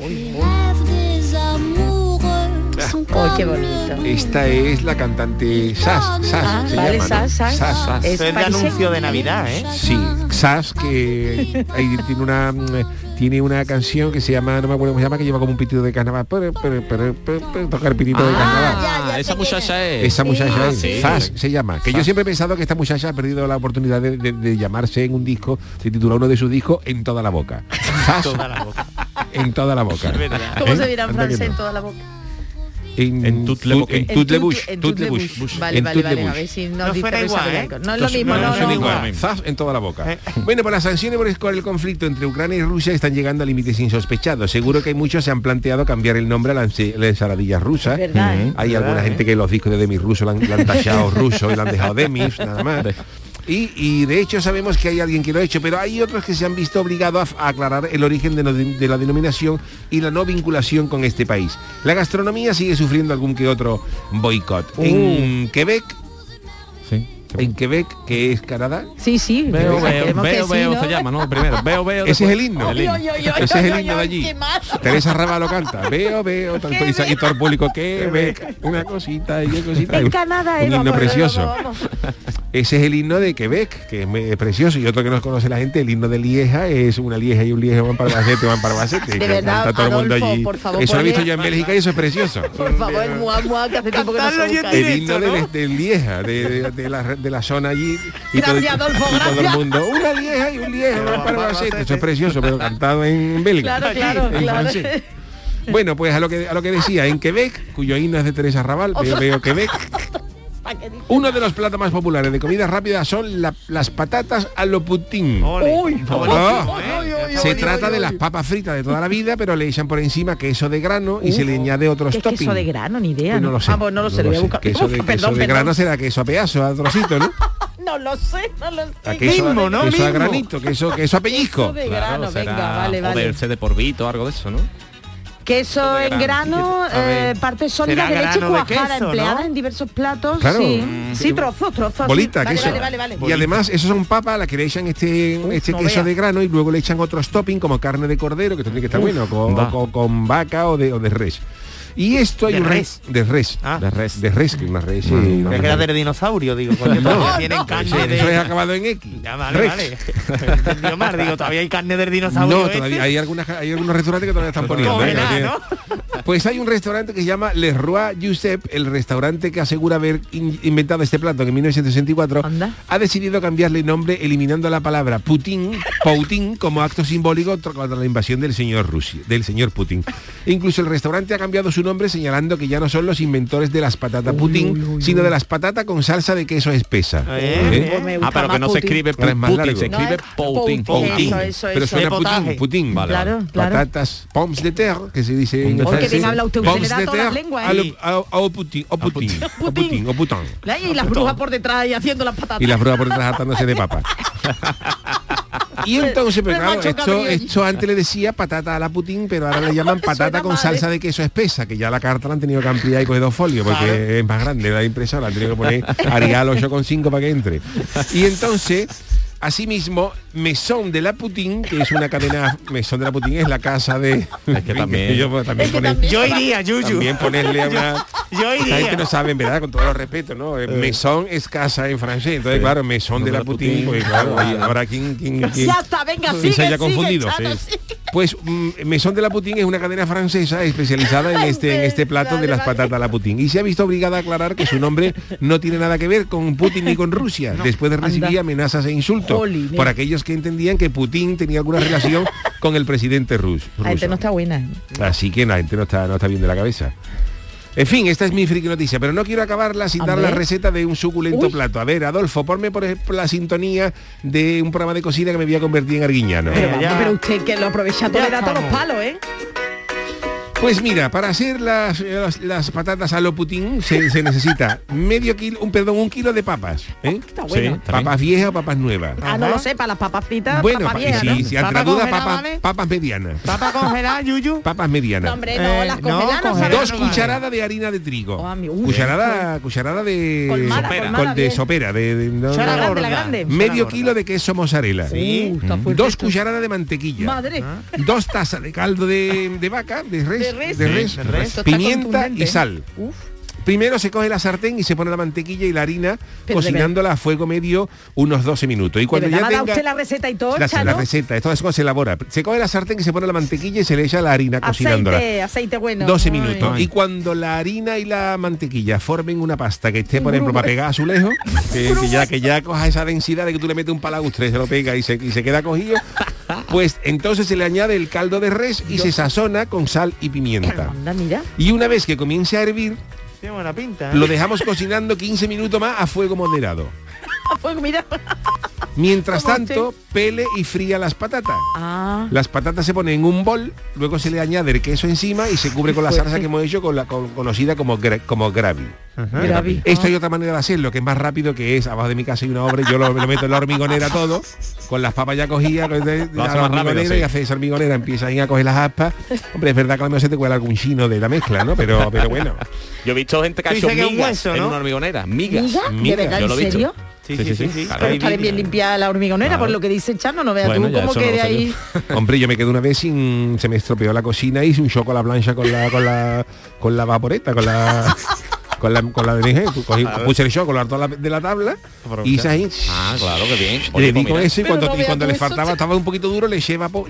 Ah. ¡Ay, qué bonito! Esta es la cantante Sas. Sas Ah, se vale, llama, ¿no? Sas, Eso Sas. Es es de parece- anuncio de Navidad, ¿eh? Sí, Sas que ahí tiene una mm, tiene una canción que se llama, no me acuerdo cómo se llama, que lleva como un pitido de carnaval. Pero, pero, pero, pero, pero, toca el pitito de carnaval. Ah, ya, ya Ah, esa sé muchacha es. Esa muchacha, Ah, es sí. Zas se llama. Que yo siempre he pensado que esta muchacha ha perdido la oportunidad de, de- de llamarse en un disco, de titular uno de sus discos en toda la boca. Zas Toda la boca. en toda la boca. Es verdad. ¿Cómo ¿Eh? se dirá en Anda que francés en no. toda la boca? En, En toute la tu- boca. en En toute la tut- bouche, en toute la tut- bouche. Vale, En vale, toute la vale. A bouche. ver si No nos dice suena Rosa igual, ¿eh? Blanco. No es lo No mismo, suena no, no, igual. no. Zas en toda la boca. Bueno, pues las sanciones por escoger el conflicto entre Ucrania y Rusia están llegando a límites insospechados. Seguro que hay muchos se han planteado cambiar el nombre a la, ense- la ensaladilla rusa. ¿Verdad? ¿eh? Hay alguna gente que los discos de Demis ruso la han, la han tachado ruso y la han dejado Demis, nada más. Y, y de hecho sabemos que hay alguien que lo ha hecho, pero hay otros que se han visto obligados a, a aclarar el origen de, lo de- de la denominación y la no vinculación con este país. La gastronomía sigue sufriendo algún que otro Uh. boicot. En Quebec, Sí. en Quebec, que es Canadá, Sí, sí. Veo, veo, queremos que veo, sí, veo, ¿no? se llama, ¿no? Primero, veo, veo. Ese después- es el himno. El himno. Oy, oy, oy, Ese es el oy, himno oy, de qué allí. mal. Teresa Raba lo canta. Veo, veo. Tanto, Qué y, sa- y todo el público que ve. Una cosita y una cosita. En Canadá, eh, Un vamos, himno vamos, precioso. vamos. Ese es el himno de Quebec, que es me- es precioso. Y otro que no conoce la gente, el himno de Lieja, es una Lieja y un Lieja van para Albacete, van para Albacete. que verdad, canta todo el mundo Adolfo, allí. por favor, Eso lo he ponle- visto yo en Bélgica y eso es precioso. Por favor, el muá, muá, que hace tiempo que no se Cantadlo busca. El yo Directo, himno del- ¿no? del Lieja, de, de- de la, de la zona allí. Y todo, Gracias, Adolfo, y todo el gracias. mundo. Una Lieja y un Lieja van para Albacete. Eso es precioso, pero cantado en Bélgica. Claro, claro, en claro. francés. Bueno, pues a lo que a lo que decía, en Quebec, cuyo himno es de Teresa Raval, veo, veo Quebec. Uno de los platos más populares de comida rápida son la- las patatas a lo putín. Ole. No, Buenísimo, ¿eh? Ah. Se trata de las papas fritas de toda la vida, pero le echan por encima queso de grano y se le añade otros ¿Qué es toppings. queso de grano? Ni idea. Pues no lo sé. Ah, pues no lo sé, lo voy a buscar. Queso de, Perdón, queso de perdón. grano será queso a pedazo, a trocito, ¿no? No lo sé, no lo A sé. queso, a- Mismo, ¿no? queso a Mismo. granito, queso, queso a pellizco. Queso de Claro, grano, será- venga, vale, O vale. del C de porvito, algo de eso, ¿no? Queso de en grano. grano, A ver. eh, parte Será sólida de leche grano de cuajada, queso, ¿no? empleada en diversos platos. Claro. Sí, Mm. sí trozos, trozos. bolita, sí. vale, queso. vale, vale, vale. Y además, esos son papas a las que le echan este, este no queso vea. de grano y luego le echan otros toppings como carne de cordero, que esto tiene que estar bueno, con, va. con- con vaca o de, o de res. Y esto hay De un re- res. De res. Ah. De res. De res, que una res. eh, una Creía que era mujer. del dinosaurio, digo, coño, todavía tienen Eso carne de... eso es acabado en X. Ya, vale, Res. vale. Entendió mal, digo, todavía hay carne del dinosaurio. este. No, ese? todavía hay, algunas, hay algunos restaurantes que todavía están poniendo. Comerá, ¿eh? Pues hay un restaurante que se llama Le Roi Josep, el restaurante que asegura haber in- inventado este plato que en 1964 Anda. ha decidido cambiarle el nombre eliminando la palabra Putin, Putin como acto simbólico tr- contra la invasión del señor Rusia, del señor Putin. Incluso el restaurante ha cambiado su nombre señalando que ya no son los inventores de las patatas Putin, sino de las patatas con salsa de queso espesa. Eh, ¿Eh? bien. Pues me gusta Ah, pero que más no se Putin. escribe Ahora es más Putin, largo. se No, escribe es Poutin. Poutin. Poutin. Eso, eso, pero eso. suena De potaje. Putin, Putin. Vale, vale. Claro, claro. Patatas, pommes de terre, que se dice en Pommes de francés. terre. Oh, qué bien habla usted, usted le da todas las lenguas, a lo- ¿eh? a- a o Putin, o Putin, o Putin, o Putin. Ay, Y las brujas por detrás y haciendo las patatas. Y la prueba por detrás atándose de papa. Y entonces, pero Me claro, macho esto, cabello. esto antes le decía patata a la Putin, pero ahora le llaman patata Suena con mal, salsa de queso espesa, que ya la carta la han tenido que ampliar y coger dos folios, porque es más grande la impresora, la han tenido que poner Arial 8,5 para que entre. Y entonces, asimismo, Mesón de la Putin, que es una cadena, Mesón de la Putin es la casa de... Es que también- yo puedo también Es que poner- también- Yo iría, Yuyu. también ponerle a una... Yo La iría. gente no sabe, en verdad, con todo los respetos, ¿no? Eh, Mesón es casa en francés, entonces, claro, mesón de la Putin, pues, claro, ahí habrá quien... quien- quien- Ya está, venga, quien sigue, se haya sigue, confundido. Chano, Sí. sigue. Pues mm, Mesón de la Putin es una cadena francesa especializada en este, en este plato de las Vale, vale. patatas a la Putin. Y se ha visto obligada a aclarar que su nombre no tiene nada que ver con Putin ni con Rusia, después de recibir Anda. amenazas e insultos Jolín, eh. por aquellos que entendían que Putin tenía alguna relación con el presidente rus- ruso. La gente no está buena. ¿eh? Mm. Así que la gente no está, no está bien de la cabeza. En fin, esta es mi friki noticia, pero no quiero acabarla sin A dar la ver. receta de un suculento Uy. plato. A ver, Adolfo, ponme por ejemplo la sintonía de un programa de cocina que me voy a convertir en arguiñano. Pero, Eh, vamos, ya. pero usted que lo aprovecha todo Ya le da todos los estamos. palos, ¿eh? Pues mira, para hacer las, eh, las, las patatas a lo Putin se, se necesita medio kilo, un perdón, un kilo de papas. ¿eh? Oh, Está Sí. bueno. Está bien. Papas viejas o papas nuevas. Ah, no Ajá. lo sé, para las papas fritas, bueno, papas pa- viejas, y si, ¿no? si ante la ¿Papas duda, congeladas, papas, vale? papas medianas. ¿Papa congelada, Yuyu? Papas No, medianas. hombre, no, Eh, las no, congeladas no, saben congeladas. Dos a no nada. cucharadas de harina de trigo. Oh, amigo. cucharada, cucharada de Colmada, sopera. colmada, de bien. sopera, de, de- no, Cuchara no. grande, la grande. medio kilo de queso mozzarella. Sí. Uh, está fuerte Dos esto. cucharadas de mantequilla. Madre. Dos tazas de caldo de, de vaca, de res, De res. de Sí, res, de res. Esto está pimienta contundente, y ¿eh? sal. Uf. Primero se coge la sartén y se pone la mantequilla y la harina Pero de cocinándola a fuego medio unos 12 minutos. Y cuando de ya verdad, me ha dado tenga usted la receta y todo, la, Chano. la receta, esto es cómo se elabora. Se coge la sartén y se pone la mantequilla y se le echa la harina cocinándola. Aceite, aceite bueno. 12 Ay. minutos. Ay. Y cuando la harina y la mantequilla formen una pasta que esté, por Un ejemplo, grumete. para pegar azulejos, que, que ya, que ya coja esa densidad de que tú le metes un palagustre, se lo pega y se, y se queda cogido, pues entonces se le añade el caldo de res y se sazona con sal y pimienta. Anda, mira. Y una vez que comience a hervir, Tiene buena pinta. ¿eh? lo dejamos cocinando 15 minutos más a fuego moderado. Ah, pues mira. Mientras Como tanto, pele y fría las patatas. Ah, Las patatas se ponen en un bol, luego se le añade el queso encima y se cubre con la salsa que hemos hecho, con la con- conocida como, gra- como gravy. Ajá. Gravy. Esto hay otra manera de hacerlo, que es más rápido, que es abajo de mi casa hay una obra, y yo lo, lo meto en la hormigonera todo, con las papas ya cogidas, con de- Lo a hace la más rápido, hormigonera sí. y haces esa hormigonera, empiezas ahí a coger las aspas. Hombre, es verdad que a lo mejor se te cuela algún chino de la mezcla, ¿no? Pero, pero bueno. Yo he visto gente que ha Tú hecho dices que migas un hueso, en ¿no? una hormigonera. Migas. mira. ¿De mira, verdad, yo lo he en visto. serio? Sí, Sí, sí, sí, sí. sí, sí. claro. Ahí Ah, Pero estaré vi- bien limpiada la hormigonera, Claro. por lo que dice Chano, no veas Bueno, tú ya cómo eso no que de lo sé ahí... yo. Hombre, yo me quedé una vez sin. Se me estropeó la cocina y hice un chocolate blanca con la, con la. con la vaporeta, con la. Con la, con la de DG, Pues cogí- puse el chocolate toda la- de la tabla y hice ahí. Ah, claro, que bien. le Oye, di pues con mira. eso y Pero cuando, no y veas cuando tú le eso, faltaba, chaval. estaba un poquito duro, le lleva po-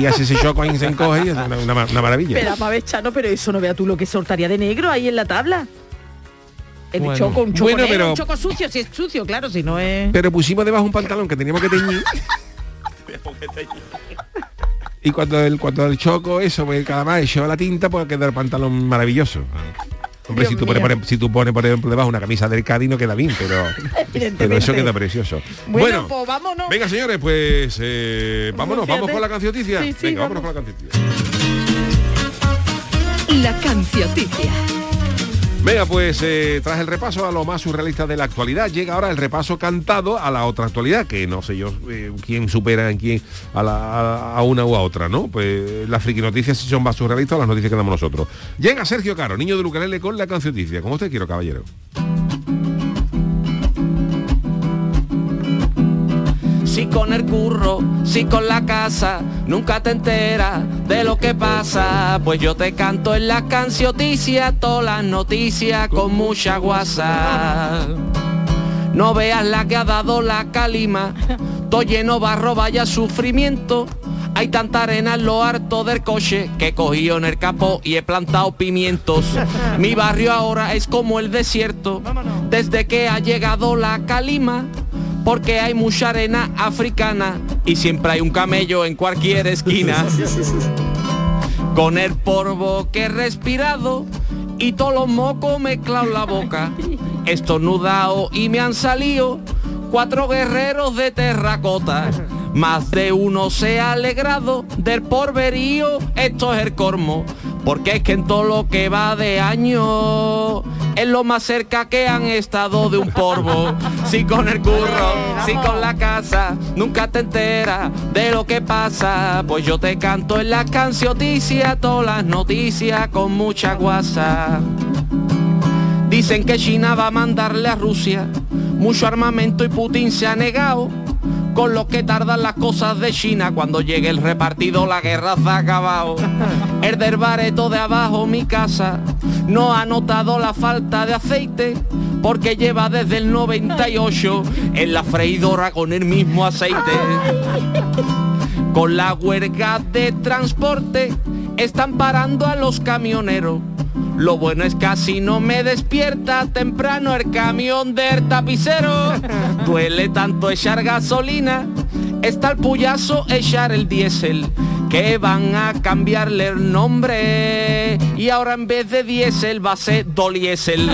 y hace ese choco ahí, se encoge y es una, una ma- una maravilla. Pero a ver, Chano, pero eso no vea tú lo que sortaría de negro ahí en la tabla. El Bueno. choco, un choco Bueno, negro, pero- un choco sucio, si es sucio, claro, si no es... Pero pusimos debajo un pantalón que teníamos que teñir. Y cuando el, cuando el choco, eso, pues, el calamar echó la tinta, pues queda el pantalón maravilloso. Hombre, Dios si tú, pones, mío. por, ejemplo- si tú pones, por ejemplo, debajo una camisa del Cádiz no queda bien, pero, pero eso Evidentemente. queda precioso. Bueno, pues vámonos. Venga, señores, pues eh, vámonos, Fíjate. vamos con la cancioticia. Sí, sí, venga, vámonos vamos. con la cancioticia. La cancioticia. Venga, pues eh, tras el repaso a lo más surrealista de la actualidad, llega ahora el repaso cantado a la otra actualidad, que no sé yo eh, quién supera en quién a, la- a- a una u a otra, ¿no? Pues las friki noticias si son más surrealistas o las noticias que damos nosotros. Llega Sergio Caro, niño de Lucarele con la cancioticia. Como usted quiero, caballero. si con el curro, si con la casa, nunca te enteras de lo que pasa. Pues yo te canto en las cancioticias, todas las noticias con mucha guasa. No veas la que ha dado la calima, todo lleno barro, vaya sufrimiento. Hay tanta arena en lo harto del coche que he cogido en el capó y he plantado pimientos. Mi barrio ahora es como el desierto, desde que ha llegado la calima, porque hay mucha arena africana y siempre hay un camello en cualquier esquina con el polvo que he respirado y todos los mocos mezclados en la boca. Estornudado y me han salido cuatro guerreros de terracota. Más de uno se ha alegrado del porverío, esto es el cormo, porque es que en todo lo que va de año es lo más cerca que han estado de un porvo. Si con el curro, si con la casa, nunca te enteras de lo que pasa. Pues yo te canto en las cancioticias, todas las noticias con mucha guasa. Dicen que China va a mandarle a Rusia mucho armamento y Putin se ha negado. Con lo que tardan las cosas de China cuando llegue el repartido la guerra se ha acabado. El del bareto de abajo mi casa no ha notado la falta de aceite porque lleva desde el 98 en la freidora con el mismo aceite con la huelga de transporte están parando a los camioneros. Lo bueno es que así no me despierta temprano el camión del tapicero. Duele tanto echar gasolina, está el puyazo echar el diésel. que van a cambiarle el nombre y ahora en vez de diésel va a ser doliesel.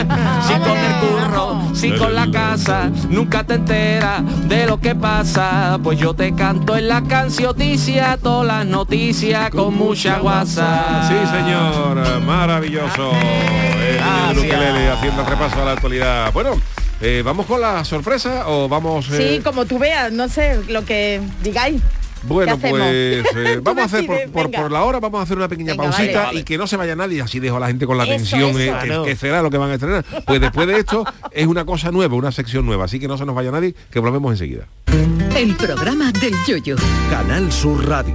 Si con el curro, si con la casa, nunca te enteras de lo que pasa, pues yo te canto en la cancioticia todas las noticias con mucha guasa. Sí, señor, maravilloso. Eh, El ukelele haciendo el repaso a la actualidad. Bueno, eh, ¿vamos con la sorpresa o vamos...? eh, Sí, como tú veas, no sé, lo que digáis. Bueno, ¿qué hacemos? pues eh, Tú vamos a hacer por, decides, por- venga. por la hora, vamos a hacer una pequeña Venga, pausita vale. y que no se vaya nadie, así dejo a la gente con la Eso, tensión eso. eh, que- Claro. que, será lo que van a estrenar. Pues después de esto es una cosa nueva, una sección nueva, así que no se nos vaya nadie, que volvemos enseguida. El programa del yoyo. Canal Sur Radio.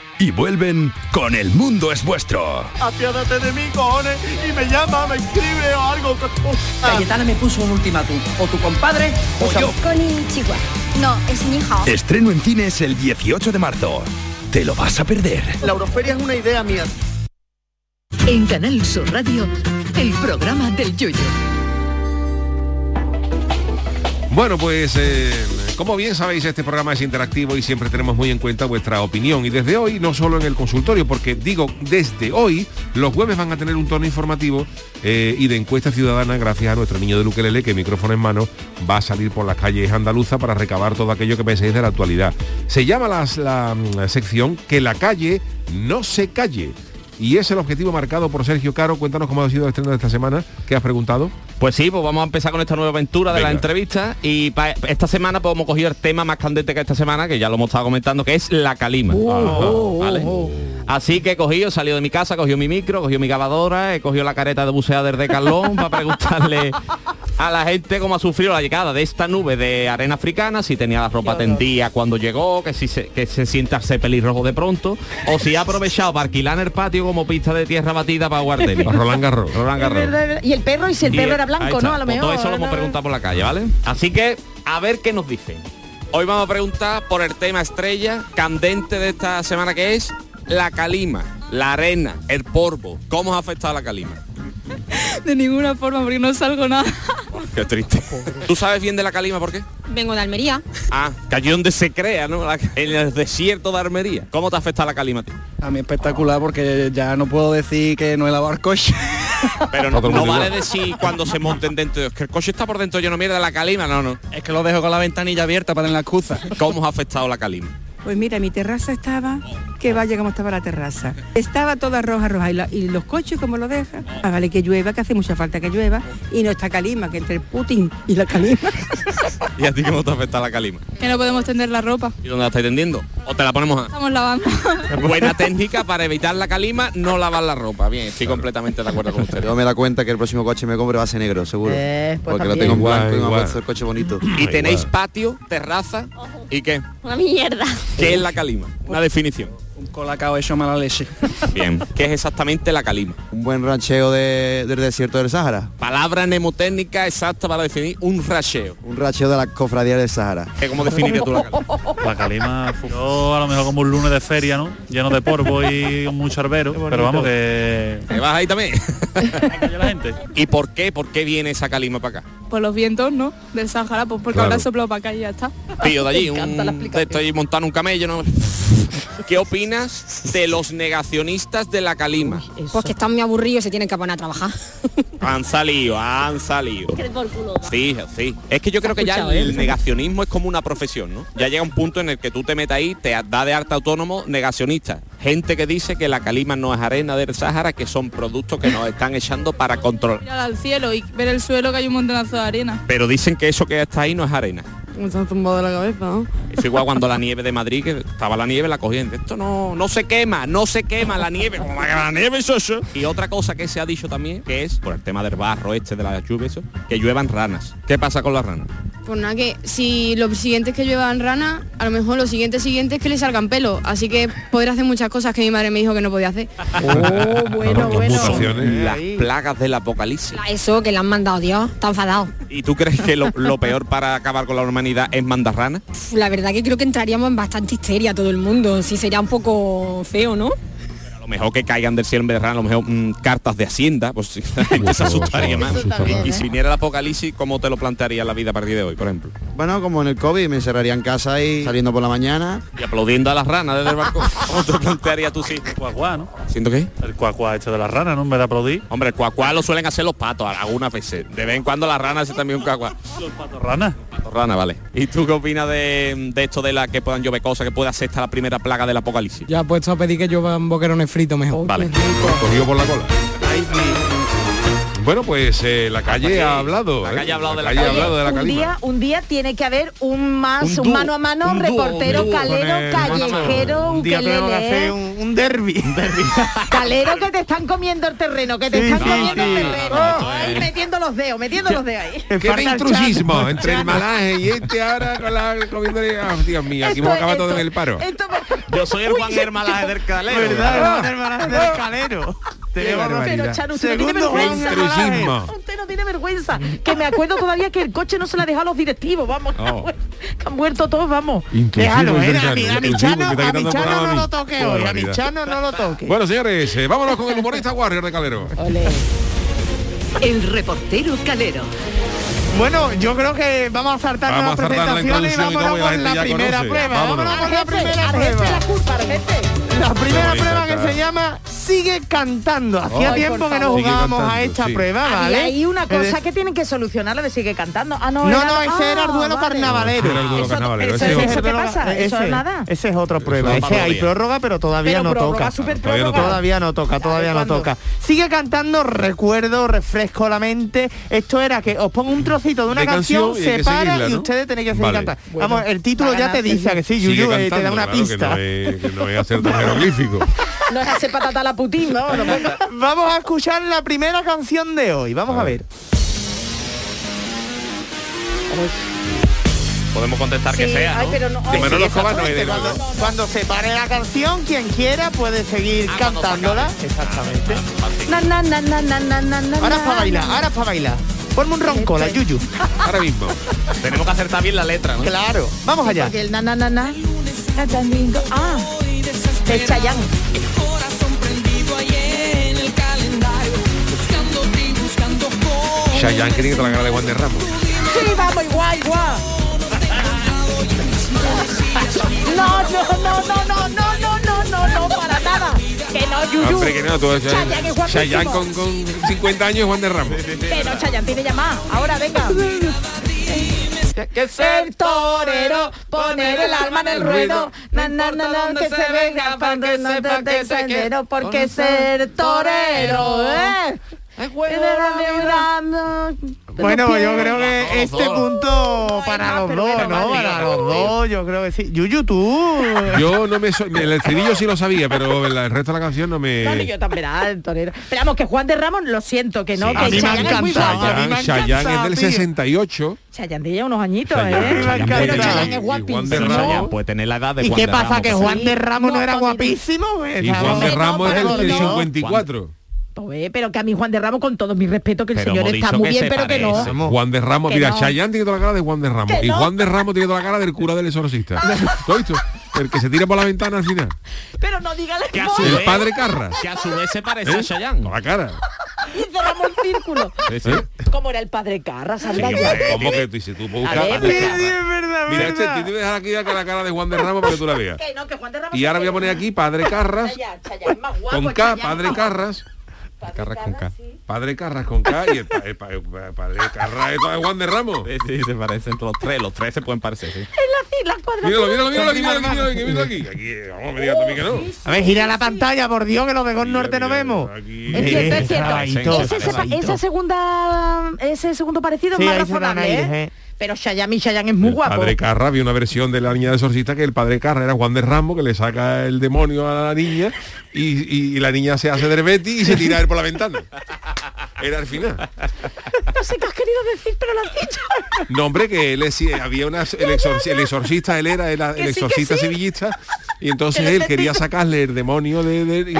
y vuelven con El Mundo es Vuestro. Apiádate de mí, cojones, y me llama, me escribe o algo. Cayetana me puso un ultimátum. O tu compadre o yo. No, es mi hija. Estreno en cines el 18 de marzo. Te lo vas a perder. La Euroferia es una idea mía. En Canal Sur Radio, el programa del Yoyo. Bueno, pues eh, como bien sabéis, este programa es interactivo y siempre tenemos muy en cuenta vuestra opinión. Y desde hoy, no solo en el consultorio, porque digo, desde hoy, los jueves van a tener un tono informativo eh, y de encuesta ciudadana gracias a nuestro niño de Luquelele, que micrófono en mano va a salir por las calles andaluza para recabar todo aquello que penséis de la actualidad. Se llama las- la mm, sección Que la calle no se calle. Y es el objetivo marcado por Sergio Caro. Cuéntanos cómo ha sido el estreno de esta semana. ¿Qué has preguntado? Pues sí, pues vamos a empezar con esta nueva aventura de Venga. la entrevista y pa- esta semana pues hemos cogido el tema más candente que esta semana, que ya lo hemos estado comentando, que es la calima. ¿Vale? Así que he cogido, salió de mi casa, cogió mi micro, cogió mi grabadora, he cogido la careta de buceader de Carlón para preguntarle a la gente cómo ha sufrido la llegada de esta nube de arena africana, si tenía la ropa tendida cuando llegó, que si se, que se sienta ese pelirrojo de pronto, o si ha aprovechado para alquilar el patio como pista de tierra batida para jugar tenis. Roland Garros. Roland Es Garros. verdad, es verdad. Y el perro, y si el Y, perro era ahí blanco, está. ¿no? A lo Pues mejor. Todo eso lo hemos ¿no? preguntado por la calle, ¿vale? Así que a ver qué nos dicen. Hoy vamos a preguntar por el tema estrella candente de esta semana que es la calima, la arena, el polvo. ¿Cómo os ha afectado la calima? De ninguna forma, porque no salgo nada. Oh, Qué triste. ¿Tú sabes bien de la calima por qué? Vengo de Almería. Ah, que allí donde se crea, ¿no? La- en el desierto de Armería. ¿Cómo te afecta la calima a ti? A mí espectacular porque ya no puedo decir que no he lavado el coche. Pero no- no, Todo el mundo vale igual. decir cuando se monten dentro, es que el coche está por dentro, yo no mierda la calima, no, no. Es que lo dejo con la ventanilla abierta para tener la excusa. ¿Cómo os ha afectado la calima? Pues mira, mi terraza estaba, que vaya como estaba la terraza. Estaba toda roja, roja. Y, la- y los coches, como lo dejan? Hágale que llueva, que hace mucha falta que llueva. Y no está calima, que entre el Putin y la calima. ¿Y a ti cómo te afecta la calima? Que no podemos tender la ropa. ¿Y dónde la estáis tendiendo? ¿O te la ponemos a...? Estamos lavando. Buena técnica para evitar la calima, no lavar la ropa. Bien, estoy completamente de acuerdo con usted. Yo me da cuenta que el próximo coche me compre va a ser negro, seguro. Eh, pues porque lo también. tengo en Igual, blanco y me ha igual. puesto el coche bonito. Y tenéis igual. patio, terraza y qué? Una mierda. ¿Qué es la calima? Una definición. Un colacao hecho mala leche. Bien, ¿qué es exactamente la calima? Un buen rancheo de- del desierto del Sahara. Palabra mnemotécnica exacta para definir un racheo. Un rancheo de las cofradías del Sahara. ¿Cómo definirías tú la calima? La calima, yo a lo mejor como un lunes de feria, ¿no? Lleno de polvo y con mucho arbero, pero vamos que... ¿Te vas ahí también? ¿Y por qué? ¿Por qué viene esa calima para acá? Por los vientos, ¿no? Del Sahara, pues porque Claro. ahora soplado para acá y ya está. Tío, de allí, un, de esto allí montando un camello, ¿no? ¿Qué opinas de los negacionistas de la calima? Pues que están muy aburridos y se tienen que poner a trabajar. Han salido, han salido. Sí, sí. Es que yo creo que ya escuchado, el ¿eh? negacionismo es como una profesión, ¿no? Ya llega un punto en el que tú te metes ahí, te da de arte autónomo negacionista. Gente que dice que la calima no es arena del Sahara, que son productos que nos están echando para control. Mirar al cielo y ver el suelo que hay un montonazo de arena. Pero dicen que eso que está ahí no es arena. Me estás tumbado de la cabeza, ¿no? Eso igual cuando la nieve de Madrid, que estaba la nieve, la cogían. Esto no, no se quema, no se quema la nieve. Como va a quemar la nieve, eso, eso. Y otra cosa que se ha dicho también, que es, por el tema del barro este, de la lluvia, eso, que lluevan ranas. ¿Qué pasa con las ranas? Pues nada, que si los siguientes que llevan rana, a lo mejor los siguientes siguientes que le salgan pelo. Así que podré hacer muchas cosas que mi madre me dijo que no podía hacer. Oh, bueno, bueno. Eh, Las plagas del apocalipsis. La- Eso que le han mandado Dios, está enfadado. ¿Y tú crees que lo, lo peor para acabar con la humanidad es mandar ranas? Uf, La verdad que creo que entraríamos en bastante histeria todo el mundo. Sí, sería un poco feo, ¿no? A lo mejor que caigan del cielo en vez de ranas, a lo mejor mm, cartas de hacienda, pues sí, la gente se asustaría más. Eso también, Y, y ¿eh? si viniera el apocalipsis, ¿cómo te lo plantearía la vida a partir de hoy, por ejemplo? Bueno, como en el COVID, me encerraría en casa y saliendo por la mañana. Y aplaudiendo a las ranas desde el balcón. ¿Cómo te lo plantearías tú sí? Cuacuá, ¿no? ¿Siento qué? El cuacuá este de las ranas, ¿no? Me da aplaudí. Hombre, el cuacuá lo suelen hacer los patos algunas veces. De vez en cuando las ranas hacen también un cuacuá. Los patos ranas. Patos ranas, vale. ¿Y tú qué opinas de, de esto de la que puedan llover cosas, que pueda ser esta la primera plaga del apocalipsis? Ya puesto a pedir que lluevan boquerones fritos mejor. Vale. Cogido por la cola. Bueno, pues eh, la calle ha hablado. eh. La calle ha hablado, de la calle ha calima. hablado de la un calima. día, un día tiene que haber un más, Un un, dúo, mano a mano, un dúo, reportero, un dúo con calero, el mano a mano. callejero, Un día tenemos que hacer ukelele, un, un derby. calero que te están comiendo el terreno, que te Sí, están sí, comiendo el sí. terreno. No, esto Ahí es- metiendo los dedos, metiendo los dedos ahí. Qué de intrusismo entre el malaje y este ahora con la comiéndole. Ah, Dios mío, aquí vamos a acabar todo en el paro. Yo soy el Juan Hermalaje del Calero. ¿Verdad? El Juan Hermalaje del Calero. Tenemos- Pero Chano, usted no tiene Segundo vergüenza. Juan Hermalaje. Usted no tiene vergüenza. Que me acuerdo todavía que el coche no se la dejó a los directivos, vamos. que han Oh. muer- Que han muerto todos, vamos. Intrusivo, Déjalo, eh, a intrusivo, mi, a mi intrusivo, Chano, que está a mi quitando Chano programa a no mí. lo toque hoy, a mi Barbaridad. Chano no lo toque. Bueno, señores, eh, vámonos con el humorista Warrior de Calero. Oh, El reportero calero. Bueno, yo creo que vamos a saltar Vamos las a saltarnos en presentaciones y canción y todo, vámonos y la con gente la, ya primera conoce. prueba. Vámonos. Vámonos con la Al jefe, primera al jefe prueba. la culpa, al jefe. La primera bonita prueba que está. se llama Sigue cantando. Hacía Ay, tiempo por que no favor. jugábamos a esta prueba, ¿vale? Había ahí una Es decir, cosa que tienen que solucionar, la de sigue cantando. Ah, no, No, era- no, ese era el Ah, duelo vale. carnavalero. Era el duelo Eso- carnavalero. eso- Ese ese es es otro. ¿Qué pasa? Eso Ese- es nada. Ese es otra prueba. es Ese hay parodia. prórroga, pero todavía Pero no prórroga, toca. super Todavía no prórroga. toca. Todavía no toca, todavía no toca. Sigue cantando, recuerdo, refresco la mente. Esto era que os pongo un trocito de una De canción canción, y hay que se para seguirla, y ¿no? ustedes tenéis que seguir Vale. cantando. Bueno, Vamos, el título para ya te ganarte, dice sí. que sí, Sigue Yuyu, eh, te da cantando, una claro, pista. Que no eh. es, que no es hacer tan jeroglífico. No es hacer patata la putín, no. no puede- Vamos a escuchar la primera canción de hoy. Vamos a ver. Podemos contestar que sea, ¿no? De Manolo Escobar no es de- cuando, cuando se pare la canción, quien quiera puede seguir cantándola. Exactamente. Na, na, na, na, na, na, na, na, Ahora es para na. bailar, ahora es para bailar. Ponme un roncola, Yuyu. Ahora mismo. Tenemos que acertar bien la letra, ¿no? Claro. Vamos allá. Porque el na, na, na, na, na, domingo. Ah, de Chayanne. Shayan quería que te la cara de Juan de Ramos. Sí, vamos, igual, igual. No, no, no, no, no, no, no, no, no, no, para nada. Que no, Yuyu. Hombre, que no, tú Chayanne es guapísimo. Shayan con, con 50 años Juan de Ramos. Que no, Chayanne tiene llamada. Ahora, venga. Que ser torero, poner el alma en el ruedo, na, na, na, na, que se venga para que sepa que se quiero, porque ser torero, ¿eh? Es de la viuda, no, Bueno, pues yo creo que este punto para los dos, ¿no? Para los dos, yo creo que sí. Yuyu, tú. Yo no me soy. El estribillo sí lo sabía, pero el resto de la canción no me. Dale, yo también, ah, el torero. Esperamos que Juan de Ramos, lo siento, que no, Sí. que Chayanne es muy guapo. Chayanne, Chayanne es del tío. 68. Chayanne tiene ya unos añitos, ¿eh? Chayanne, Pero Chayanne. Chayanne es Y Juan de guapísimo. Ramos pues. puede tener la edad de ¿Y Juan qué de pasa? Ramos. ¿Que Juan de Ramos no era guapísimo? Y Juan de Ramos es del- del 54. Pues, pero que a mí Juan de Ramos, con todo mi respeto, que el Pero señor hemos está dicho muy que bien, se pero que no. parecen. Juan de Ramos, Que mira, no. Chayanne tiene toda la cara de Juan de Ramos. Que Y no. Juan de Ramos tiene toda la cara del cura del exorcista. ¿Lo has visto? El que se tira por la ventana al final. Pero no diga la a su vez- El padre Carras. que a su vez se parece ¿Eh? a Chayanne. Con la cara. Y cerramos el círculo. ¿Eh? ¿Cómo era el padre Carras? Sí, Anda hombre, ya. ¿Cómo que tú dices tú? Busca A ver, a Juan de sí, Ramos. sí, Mira, este, tú te dejar aquí la cara de Juan de Ramos para que tú la veas. Que no, que Juan de Ramos Y ahora voy a poner aquí Padre Carras Chayanne, Chayanne es más guapo, con K, Chayanne es Padre más- Carras. Carras con K. Padre Carras con K y el, pa- el pa- el pa- Padre Carras es Juan de Ramos. Sí, sí, se parecen los tres, los tres se pueden parecer, sí. Es la, la cuadratura. Míralo, míralo, míralo aquí, míralo aquí, míralo aquí, míralo aquí. Aquí, eh, vamos, me digas tú a mí que no. A ver, gira la pantalla, por Dios, que los de Gol Norte no vemos. Es cierto, es cierto. Rabadito, Ese, sepa- rabadito. esa segunda, ese segundo parecido Sí, es más ahí se dan razonable, aires, ¿eh? Pero Chayanne y Chayanne es muy guapo. Padre Carra, había una versión de la niña de exorcista que el padre Carra era Juan de Ramos, que le saca el demonio a la niña y, y- y la niña se hace derbeti y se tira él por la ventana. Era el final. No sé qué has querido decir, pero lo has dicho. No, hombre, que él es- eh, había una, el, exorci- el exorcista, él era el, el Que sí, que exorcista sí. sevillista, y entonces Que lo él he quería entendido. sacarle el demonio de... de- y-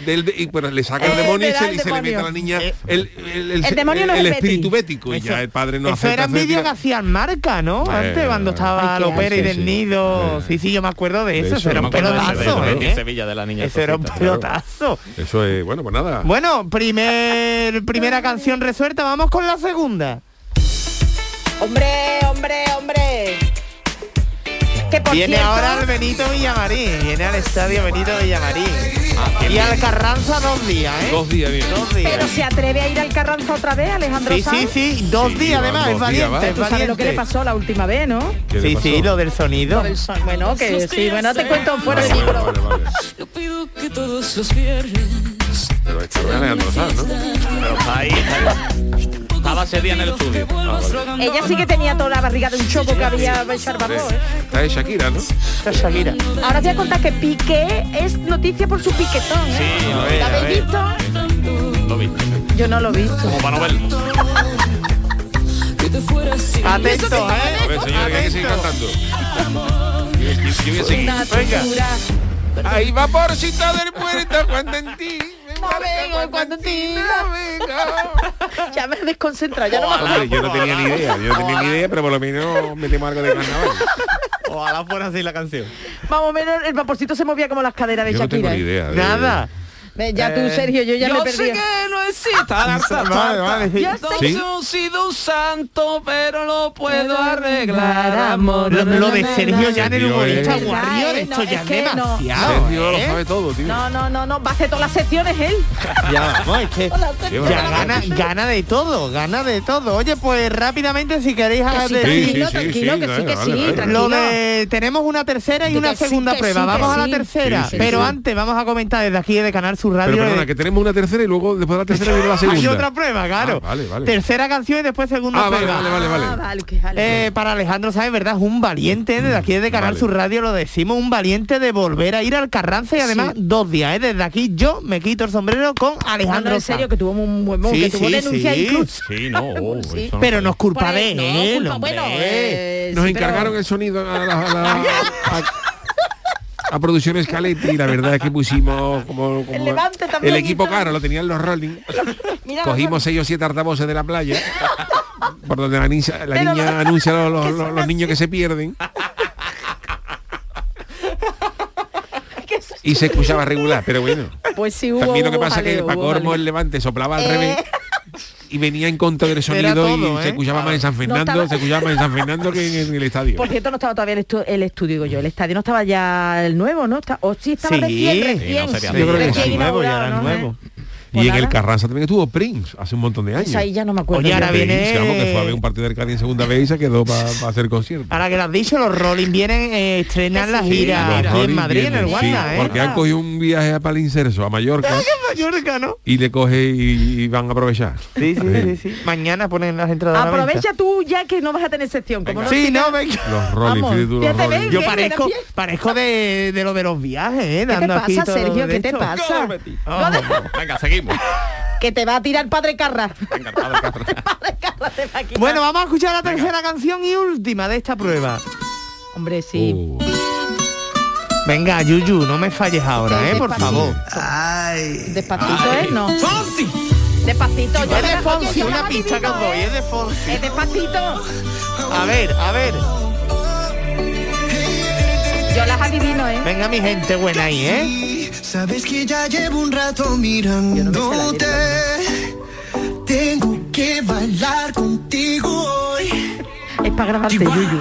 del- de- y, bueno, le saca el Eh, demonio y le da se, el y se le mete a la demonio. niña Eh, el, el- el- El demonio no es el Betty. espíritu bético y ya el padre no Eso hace era envidia que hacían marca, ¿no? Eh, Antes, cuando estaba ay, qué Lopera y asco, del sí. Nido. Sí, sí, yo me acuerdo de eso. Eso era un pelotazo, En ¿eh? Sevilla de la niña Eso era un exorcista, claro. pelotazo. Eso es, bueno, pues nada. Bueno, primer, primera canción resuelta, vamos con la segunda. Hombre, hombre, hombre. Que por Viene cierto- ahora el Benito Villamarín, viene al estadio Benito Villamarín. Ah, qué y bien. al Carranza dos días, ¿eh? Dos días, bien. Dos días. Pero se atreve a ir al Carranza otra vez, Alejandro Sí, sí, Sanz? sí, dos días además, es valiente, es Tú sabes lo que le valiente. pasó la última vez, ¿no? ¿Qué le Sí, pasó? sí, lo del sonido. Lo del son- Bueno, que sí, bueno, te cuento fuera de Vale, micro. vale, vale, vale. Yo pido que todos los viernes Pero esto es Alejandro Sanz, ¿no? Pero está ahí, está ahí. Estaba ese día en el estudio. Ella sí que tenía toda la barriga de un choco que había en Charbarbó, ¿eh? Está de Shakira, ¿no? Está Shakira. Ahora te voy a contar que Piqué es noticia por su piquetón, ¿eh? Sí, lo ¿La es, habéis visto? Lo vi. Yo no lo he visto. Como para no verlo. Atento, A ¿eh? ver, señores, que hay que seguir cantando. Yo, yo- yo voy a seguir. Venga. Ahí va por cita del puerta, Juan en ti. Vengo cuando te- Ya me he desconcentrado, ya no me Hombre, yo no tenía ni idea, yo no tenía ni idea, pero por lo menos metemos algo de carnaval. Ojalá fuera así la canción. Más o menos el vaporcito se movía como las caderas de Yo no tengo Shakira. ni ¿eh? idea. de- Nada. Ve, Ya tú, Sergio, yo ya me perdí. sé que no existe Vale, vale, sí. ¿Sí? Yo he sido un santo, pero lo puedo arreglar, amor. Lo, lo de Sergio ya en el Sergio, humorista eh. Warrior, ¿eh? esto No, ya es es que no. demasiado. Sergio lo ¿eh? sabe todo, tío. No, no, no, no, va a hacer todas las secciones él. Ya, vamos, es que Hola, Sergio. ya gana, gana de todo, gana de todo. Oye, pues rápidamente si queréis Que sí, de- tranquilo, sí, tranquilo, sí, que sí, dale, que dale, sí, dale. Lo tranquilo. de tenemos una tercera y Que una sí, segunda que sí, prueba. que vamos a sí. la tercera. Sí, sí, pero sí. antes vamos a comentar desde aquí desde Canal Sur Radio. Pero perdona, que tenemos una tercera y luego después de la tercera viene la segunda. Hay otra prueba, claro. Ah, vale, vale. Tercera canción y después segunda Ah, vale, prueba. vale, vale, vale. Ah, vale, que vale. Eh, para Alejandro, ¿sabes? ¿Verdad? Es un valiente desde aquí desde Canal Mm, Vale. Sur Radio lo decimos, un valiente de volver a ir al Carranza y además dos días. ¿eh? Desde aquí yo me quito el sombrero con No, Alejandro. no, en serio, que tuvo un buen momento, Sí, que tuvo sí, denuncia sí. incluso. Sí, no. oh, Sí. eso no Pero nos culpa de Pues, no, él. culpa- bueno, hombre. eh, Nos sí, pero- encargaron el sonido a, la- a la- a- a Producciones Caletti y la verdad es que pusimos como, como- El Levante también el equipo hizo- caro, lo tenían los Rolling. Mira, Cogimos seis o siete altavoces de la playa, por donde la niña, la niña Pero- anuncia los, los- que son los- los niños que se pierden que sí. y se escuchaba regular, pero bueno. Pues sí hubo También lo que hubo pasa es que jaleo, Paco hubo Ormo el jaleo. Levante soplaba al revés Eh. y venía en contra del sonido todo, y ¿eh? se escuchaba más en San Fernando, estaba- se escuchaba más en San Fernando que en, en el estadio. Por cierto, no estaba todavía el, estu- el estudio, digo yo. El estadio no estaba ya el nuevo, ¿no? Está- o sí estaba Sí. recién, Sí, no recién. sería Yo creo que recién sí, nuevo, ya inaugurado, era ¿no? nuevo. Y en el Carranza también estuvo Prince hace un montón de años. Esa Pues ahí ya no me acuerdo. Oye, ahora Prince, viene- vamos, que fue a ver un partido del Cádiz en segunda vez y se quedó para hacer concierto. Ahora que lo has dicho, los Rolling vienen eh, a estrenar la Sí, los gira aquí en Rolling Madrid, en vienen, el sí, Wanda, ¿eh? Porque han cogido un viaje a Palincerso, a Mallorca, Mallorca, ¿no? y le coge y, y van a aprovechar. Sí, sí, sí, sí. Mañana ponen las entradas. a la venta. Aprovecha tú ya que no vas a tener sección. Como Sí, sigas- no, venga. Los Rolling, Vamos, fíjate tú, los ya te Rolling. ves, Yo ¿qué? parezco, ¿Te da pie? parezco de, de lo de los viajes, ¿eh? ¿Qué te Dando aquí pasa, todo Sergio? de ¿Qué te esto. pasa? Venga, seguimos. Que te va a tirar padre Carra. Bueno, vamos a escuchar la tercera canción y última de esta prueba. Hombre, sí. Uh. Venga, Yuyu, no me falles ahora, ¿eh? Por Despacito. favor. Uh. Despacito, ¿eh? No. ¡Fonsi! Despacito. yo Es de la- Fonsi, yo una la pista que adivino, os doy, ¿eh? es de Fonsi. Es despacito. A ver, a ver. Yo las adivino, ¿eh? Venga, mi gente buena ahí, ¿eh? Sabes que ya llevo un rato mirándote. Tengo que bailar contigo hoy. Es para grabarte, Yuyu.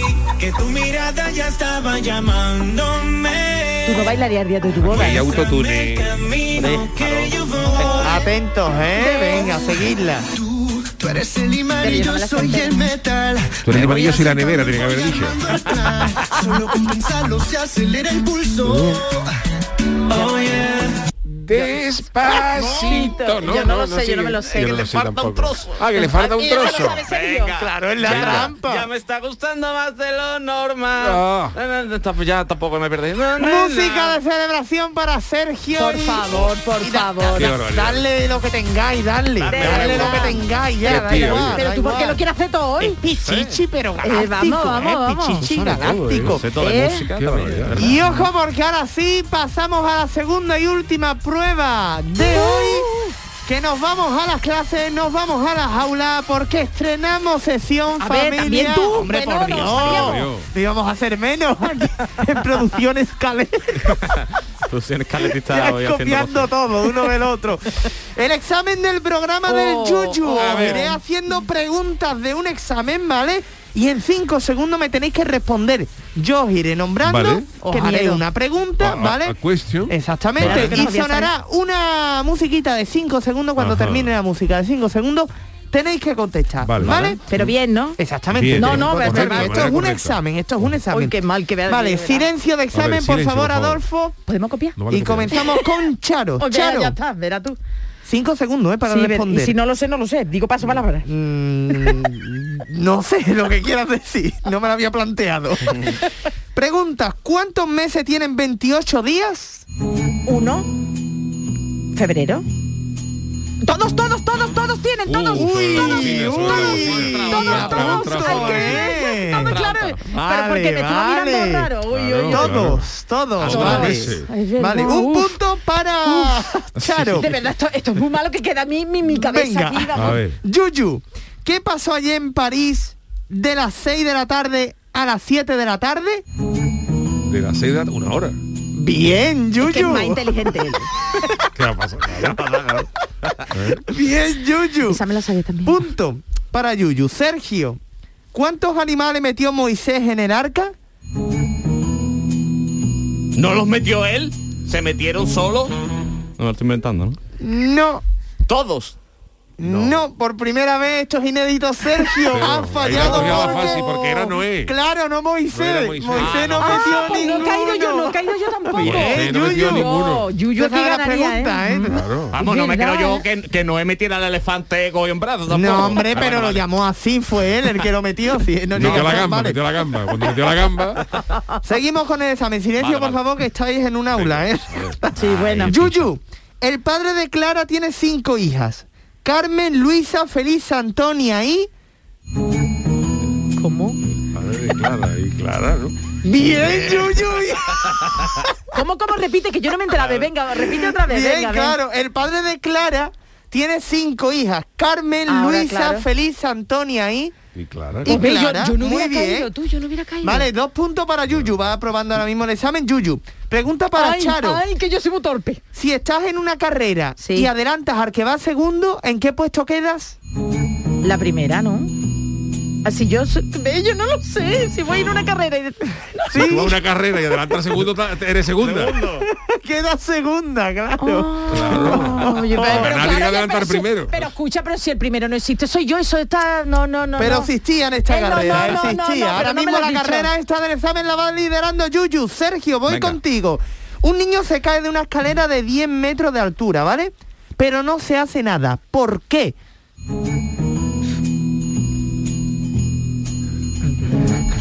Que tu mirada ya estaba llamándome. Tú no bailarías día de tu boda. Y autotune. Atentos, ¿eh? Venga, seguidla. Tú eres el imán Pero y yo no yo me la soy canté. Ah. el metal. Tú eres amarillo y la nevera, tiene que haber dicho. Solo con pensarlo se acelera el pulso. Oh, yeah. Despacito, Yo no lo sé, yo no me lo sé. Yo Que no le lo sé falta un tampoco. Ah, que le falta un Y eso lo trozo. sabe Sergio. Claro, es la Venga. trampa. Ya me está gustando más de lo Ah. normal. Eh, eh, tamp- Ya tampoco me perdí. No, no, no. Música de celebración para Sergio. Por y- favor, por y da- favor. Ah, Qué barbaridad. Darle lo que tengáis, darle. Darme Darle algo. lo que tengáis, ya. Qué da tío, igual, oye. Pero da tú, ¿por qué igual. lo quieres hacer todo Es hoy? Eh, pichichi, pero galáctico. vamos, vamos, ¿eh? vamos. Pichichi Sabe galáctico. Sé todo de ¿Eh? música. Qué barbaridad. Y ojo porque ahora sí pasamos a la segunda y última prueba de hoy. Que nos vamos a las clases, nos vamos a la jaula porque estrenamos sesión A ver, familia. también tú, Hombre, bueno, por no Dios. sabíamos. No íbamos a hacer menos aquí en producciones calé. Tú tienes caletista Ya hoy haciendo copiando todo uno del otro. El examen del programa Oh, del Yuyu. a Os ver. Iré haciendo preguntas de un examen, ¿vale? Y en cinco segundos me tenéis que responder. Yo os iré nombrando, Vale. os Qué haré miedo. una pregunta, A- a- ¿vale? a Ah, question. Exactamente. Vale. Y sonará una musiquita de cinco segundos cuando Ajá. termine la música de cinco segundos. Tenéis que contestar, Vale. ¿vale? Pero bien, ¿no? Exactamente. Bien. No, no, pero esto, correcto, es un correcto. examen, esto es un examen. Uy, qué mal que vea. Vale, silencio de examen, por silencio, favor, por favor. Adolfo. ¿Podemos copiar? No vale y copiar. comenzamos con Charo. Oye, Charo, ya está, verá tú. cinco segundos, ¿eh? Para Sí, ver- responder. Y si no lo sé, no lo sé. Digo paso palabra. Mm, no sé lo que quieras decir. No me lo había planteado. Pregunta, ¿cuántos meses tienen 28 días? 1 febrero. Todos, todos, todos, todos tienen, todos. Uh, todos, solo todos, cine, solo cine. todos, Trampa, todos, trampa, hay que ver, trampa. todos, claro. Vale, Pero porque me estuvo vale. mirando raro. Uy, uy, uy. Claro. Todos, todos, Todos vale. meses. Es verdad, Vale, un uf. punto Ah, para Charo. De verdad, esto, esto es muy malo que queda mi, mi, mi cabeza Venga. aquí. vamos. A ver. Yuyu, ¿qué pasó ayer en París de las 6 de la tarde a las 7 de la tarde? De la seda, una hora. Bien, Que es Yuyu. más inteligente él. ¿Qué va a pasar? Bien, Yuyu. Esa me la sabía también. Punto para Yuyu. Sergio, ¿cuántos animales metió Moisés en el arca? ¿No los metió él? ¿Se metieron solo? No, lo estoy inventando, ¿no? No. Todos. No. por primera vez estos inéditos Sergio Pero han ahí fallado. la cogió la porque- fácil, porque era Noé. Claro, no Moisés. No era Moisés. Moisés. Ah, no. no, metió Ah, pues no he caído yo, no he caído yo tampoco. Bien, no metió Yuyu. ninguno. Yuyu Te aquí sabe las ganaría, preguntas, ¿eh? ¿eh? Claro. Vamos, no me ¿Verdad? creo yo que, que Noé metiera al elefante goyo en brazos tampoco. No, hombre, Ah, pero bueno, lo vale. llamó así, fue él el que lo metió. sí, no, ni Metió la razón, gamba, vale. metió la gamba. Cuando metió la gamba, Seguimos con el examen. Silencio, Vale, por vale. favor, que estáis en un aula, ¿eh? Sí, bueno. Yuyu, el padre de Clara tiene cinco hijas. Carmen, Luisa, Feliz, Antonia y... ¿Cómo? a ver, clara, y clara, ¿no? Bien, Yuyu. ¿Cómo, cómo repite? Que yo no me enteraba. Venga, repite otra vez. Bien, venga, venga. claro. El padre de Clara tiene cinco hijas. Carmen, Ahora, Luisa, claro. Feliz, Antonia y... Y clara. Y Pues ve, yo, Clara, yo no muy hubiera bien. caído, tú, yo no hubiera caído. Vale, dos puntos para Yuyu. Va aprobando ahora mismo el examen. Yuyu, pregunta para ay, Charo. Ay, que yo soy muy torpe. Si estás en una carrera Sí. y adelantas al que va segundo, ¿en qué puesto quedas? La primera, ¿no? Así yo, soy- ve, yo no lo sé. Si voy en una carrera y... Si tú vas a una carrera y adelantas segundo, ta- eres segunda. Queda segunda, Ah. claro. Oye, pero- Ganar pero y claro, ya, adelantar pero si- primero. Pero escucha, pero si el primero no existe, soy yo, eso está. No, no, no. Pero no. existía en esta Eh, no, carrera, no, no, no, existía. no, Ahora pero no me mismo lo la has dicho. carrera esta del examen la va liderando Yuyu. Sergio, voy Venga. contigo. Un niño se cae de una escalera de 10 metros de altura, ¿vale? Pero no se hace nada. ¿Por qué?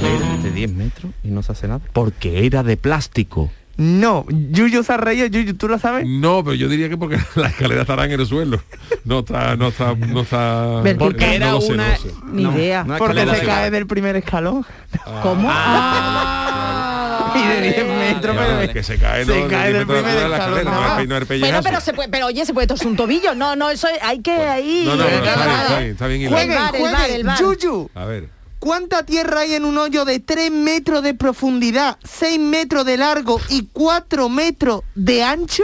Era de 10 metros y no se hace nada. Porque era de plástico. No, Yuyu se ha reído, Yuyu, ¿tú lo sabes? No, pero yo diría que porque la escalera estará en el suelo. No está, no está, no está. Vertical. no Porque era lo sé, no una- lo sé. ni No, Ah. idea. una Porque escalera se de- cae del primer escalón. ¿Cómo? Ah. y de Ah. 10 metros, Claro, pero es que se cae, no, se De cae 10 del metros de primer altura de la escalón, escalera, no nada es- no es Ah. Bueno, pellejazo. pero, se puede, pero oye, se puede torcer un tobillo. No, no, eso hay que ahí. No, no, no, está bien, está bien, está bien hilado. El bar, el Jueguen, bar, el bar. Yuyu, A ver. ¿cuánta tierra hay en un hoyo de 3 metros de profundidad, 6 metros de largo y 4 metros de ancho?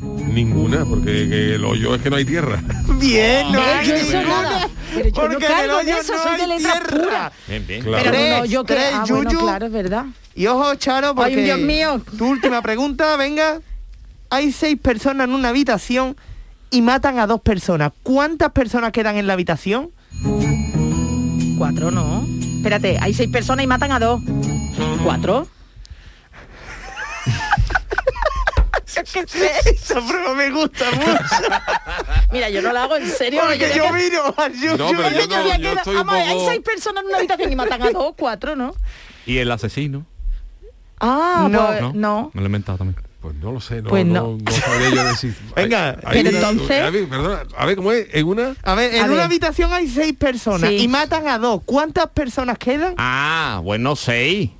Ninguna, porque que el hoyo es que no hay tierra. Bien, no Yo hay eso ninguna. nada. Pero yo no Porque en el caigo en hoyo eso, no soy hay de letra tierra. pura. Bien, bien. Pero Tres, no, yo que tres, ah, bueno, Yuyu. claro, es verdad. Y ojo, Charo, porque... Ay, Dios mío. Tu última pregunta, venga. Hay seis personas en una habitación y matan a dos personas. ¿Cuántas personas quedan en la habitación? Cuatro no. Espérate, hay seis personas y matan a dos. ¿Cuatro? Esa prueba me gusta mucho. Mira, yo no la hago en serio. Porque me yo quedé- miro a Yuyu. No, pero yo me no, quedé- yo estoy un Vamos, Hay poco... seis personas en una habitación y matan a dos, cuatro, ¿no? Y el asesino. Ah, No. pues, no. Me lo he inventado también. Pues no lo sé, no, Pues no. no. no sabría yo decir. Venga, pero entonces- A ver, perdona, a ver cómo es, en una. A ver, en A una ver. habitación hay seis personas Sí. y matan a dos. ¿Cuántas personas quedan? Ah, bueno, seis.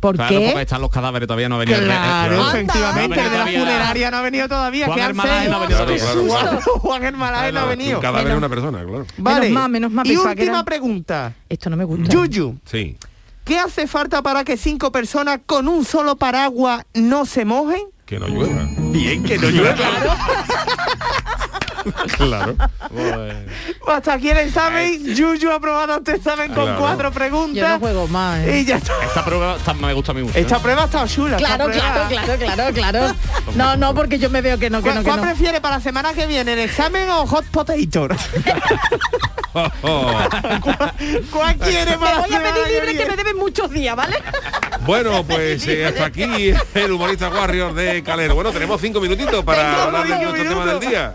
¿Por claro, qué? Porque están los cadáveres, todavía no ha venido el- Claro, el- efectivamente, No ha el de la venido todavía. funeraria no ha venido todavía. Juan ¿Qué Hermalaje no ha venido Claro, todavía. claro, claro. Juan Hermalaje no ha Claro, venido. Un cadáver es una persona, claro. Vale. Menos mal, menos mal, y pensaba que última eran- pregunta. Esto no me gusta. Yuyu, Sí. ¿qué hace falta para que cinco personas con un solo paraguas no se mojen? Que no llueva. Bien, que no llueva. Claro. Pues, Hasta aquí el examen. Yuyu ha probado este examen con Claro. cuatro Yo no preguntas. juego más. ¿eh? Y ya está. Esta prueba está- me gusta a mí mucho. ¿eh? Esta prueba está chula. esta Claro, prueba- claro, claro, claro, claro. No, no, porque yo me veo que no, que ¿Cuál, no, que cuál no. prefiere para la semana que viene, el examen o hot potato? ¿Cuál quiere Me para la voy a semana pedir que libre que viene? me deben muchos días, ¿vale? Bueno, pues eh, hasta aquí el humorista Warrior de Calero. Bueno, tenemos cinco minutitos para hablar de nuestro tema del día.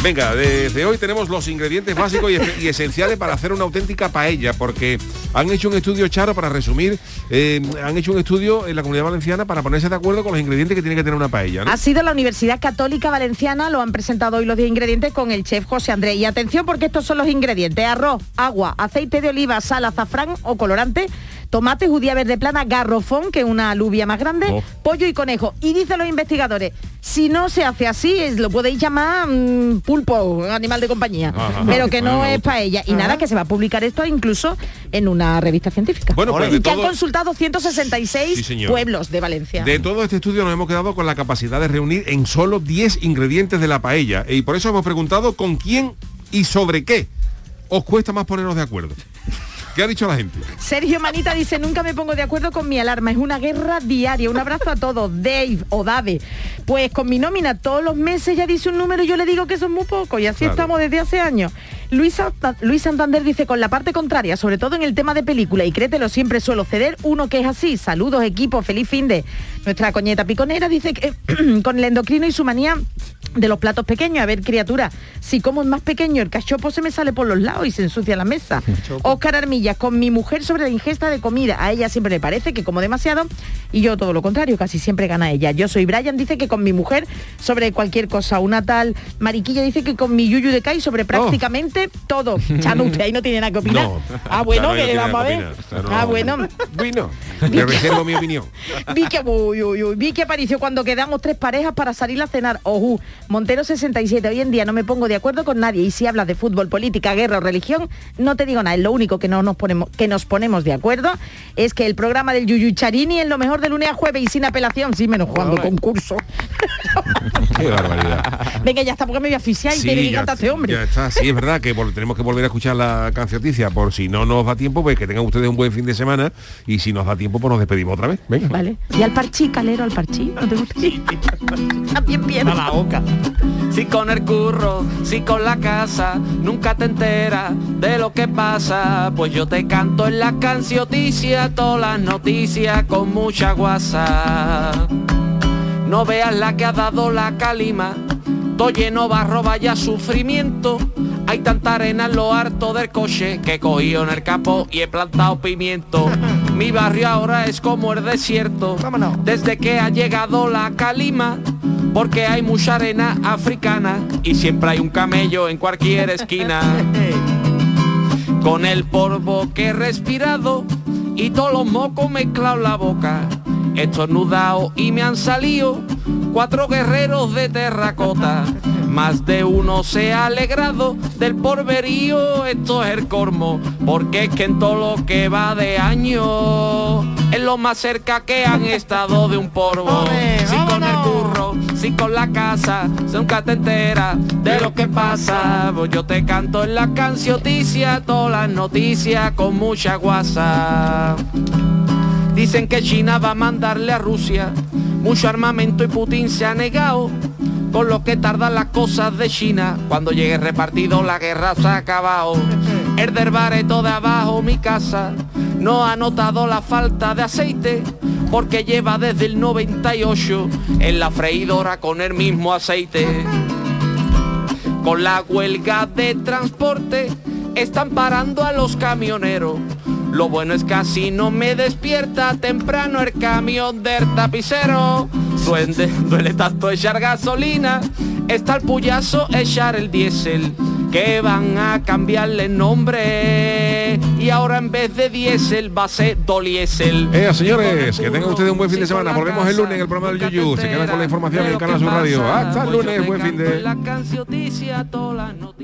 Venga, desde hoy tenemos los ingredientes básicos y, es- y esenciales para hacer una auténtica paella, porque han hecho un estudio, Charo, para resumir, eh, han hecho un estudio en la Comunidad Valenciana para ponerse de acuerdo con los ingredientes que tiene que tener una paella. ¿no? Ha sido la Universidad Católica Valenciana, lo han presentado hoy los 10 ingredientes con el chef José Andrés. Y atención porque estos son los ingredientes, arroz, agua, aceite de oliva, sal, azafrán o colorante, tomate, judía verde plana, garrofón, que es una alubia más grande, Oh. pollo y conejo. Y dicen los investigadores, si no se hace así, es- lo podéis llamar mm, pulpo, animal de compañía, Ajá. pero que no Bueno, me es gusta. paella. Y nada, que se va a publicar esto incluso en una revista científica. Bueno, pues y de que han todo- consultado 166 Sí, señor. pueblos de Valencia. De todo este estudio nos hemos quedado con la capacidad de reunir en solo 10 ingredientes de la paella y por eso hemos preguntado con quién y sobre qué os cuesta más poneros de acuerdo. ¿Qué ha dicho la gente? Sergio Manita dice, nunca me pongo de acuerdo con mi alarma, es una guerra diaria. Un abrazo a todos, Dave o Dave. Pues con mi nómina todos los meses ya dice un número y yo le digo que son muy pocos y así Claro. estamos desde hace años. Luis, Santa- Luis Santander dice, con la parte contraria, sobre todo en el tema de película, y créetelo, siempre suelo ceder uno que es así. Saludos equipo, feliz fin de... Nuestra coñeta piconera dice que con el endocrino y su manía de los platos pequeños. A ver, criatura, si como es más pequeño, el cachopo se me sale por los lados y se ensucia la mesa. Óscar Armillas, con mi mujer sobre la ingesta de comida. A ella siempre le parece que como demasiado y yo todo lo contrario, casi siempre gana ella. Yo soy Brian, dice que con mi mujer sobre cualquier cosa. Una tal Mariquilla dice que con mi Yuyu de Kai sobre prácticamente todo. Chano, usted ahí no tiene nada que opinar. Oh. No. Ah, bueno, Chano ahí no que tiene vamos a nada que ver. opinar. Chano- Ah, bueno. Bueno, me reservo mi opinión. Vi que, uy, uy, uy, vi que apareció cuando quedamos tres parejas para salir a cenar. Ojú, Montero 67, hoy en día no me pongo de acuerdo con nadie y si hablas de fútbol, política, guerra o religión, no te digo nada. Es lo único que no nos ponemos, que nos ponemos de acuerdo eh. es que el programa del Yuyu Charini es lo mejor de lunes a jueves y sin apelación, sí, menos cuando concurso. Qué barbaridad. Venga, ya está, porque me voy a asfixiar y tiene que ya, cantar este hombre. ya está, sí, es verdad que vol- tenemos que volver a escuchar la cancioticia por si no nos da tiempo, pues que tengan ustedes un buen fin de semana y si nos da tiempo, pues nos despedimos otra vez. Venga. Vale. Y al parchí, calero, al parchí, ¿no te gusta? También pierde. la boca. Si con el curro, si con la casa, nunca te enteras de lo que pasa. Pues yo te canto en la cancioticia, todas las noticias con mucha guasa. No veas la que ha dado la calima, todo lleno barro, vaya sufrimiento. Hay tanta arena en lo harto del coche que he cogido en el capó y he plantado pimiento. Mi barrio ahora es como el desierto. Desde que ha llegado la calima, porque hay mucha arena africana y siempre hay un camello en cualquier esquina. Con el polvo que he respirado y todos los mocos mezclados en la boca. Estornudado y me han salido cuatro guerreros de terracota. Más de uno se ha alegrado del porverío, esto es el cormo, porque es que en todo lo que va de año es lo más cerca que han estado de un polvo. Si con el curro, si con la casa, si nunca te enteras de lo que pasa. Pues yo te canto en la cancioticia, todas las noticias con mucha guasa. Dicen que China va a mandarle a Rusia mucho armamento y Putin se ha negado. Con lo que tardan las cosas de China, cuando llegue repartido la guerra se ha acabado. El del bareto de abajo, mi casa, no ha notado la falta de aceite, porque lleva desde el 98 en la freidora con el mismo aceite con la huelga de transporte están parando a los camioneros. Lo bueno es que así no me despierta temprano el camión del tapicero. Duende- duele tanto echar gasolina, está el puyazo echar el diésel, que van a cambiarle el nombre. Y ahora en vez de diésel va a ser doliesel. Eh, señores, que tengan ustedes un buen fin de semana. Volvemos el lunes en el programa del Yuyu. Se quedan con la información en Canal Sur Radio. Hasta el lunes, buen fin de... La cancioticia, todas las noticias.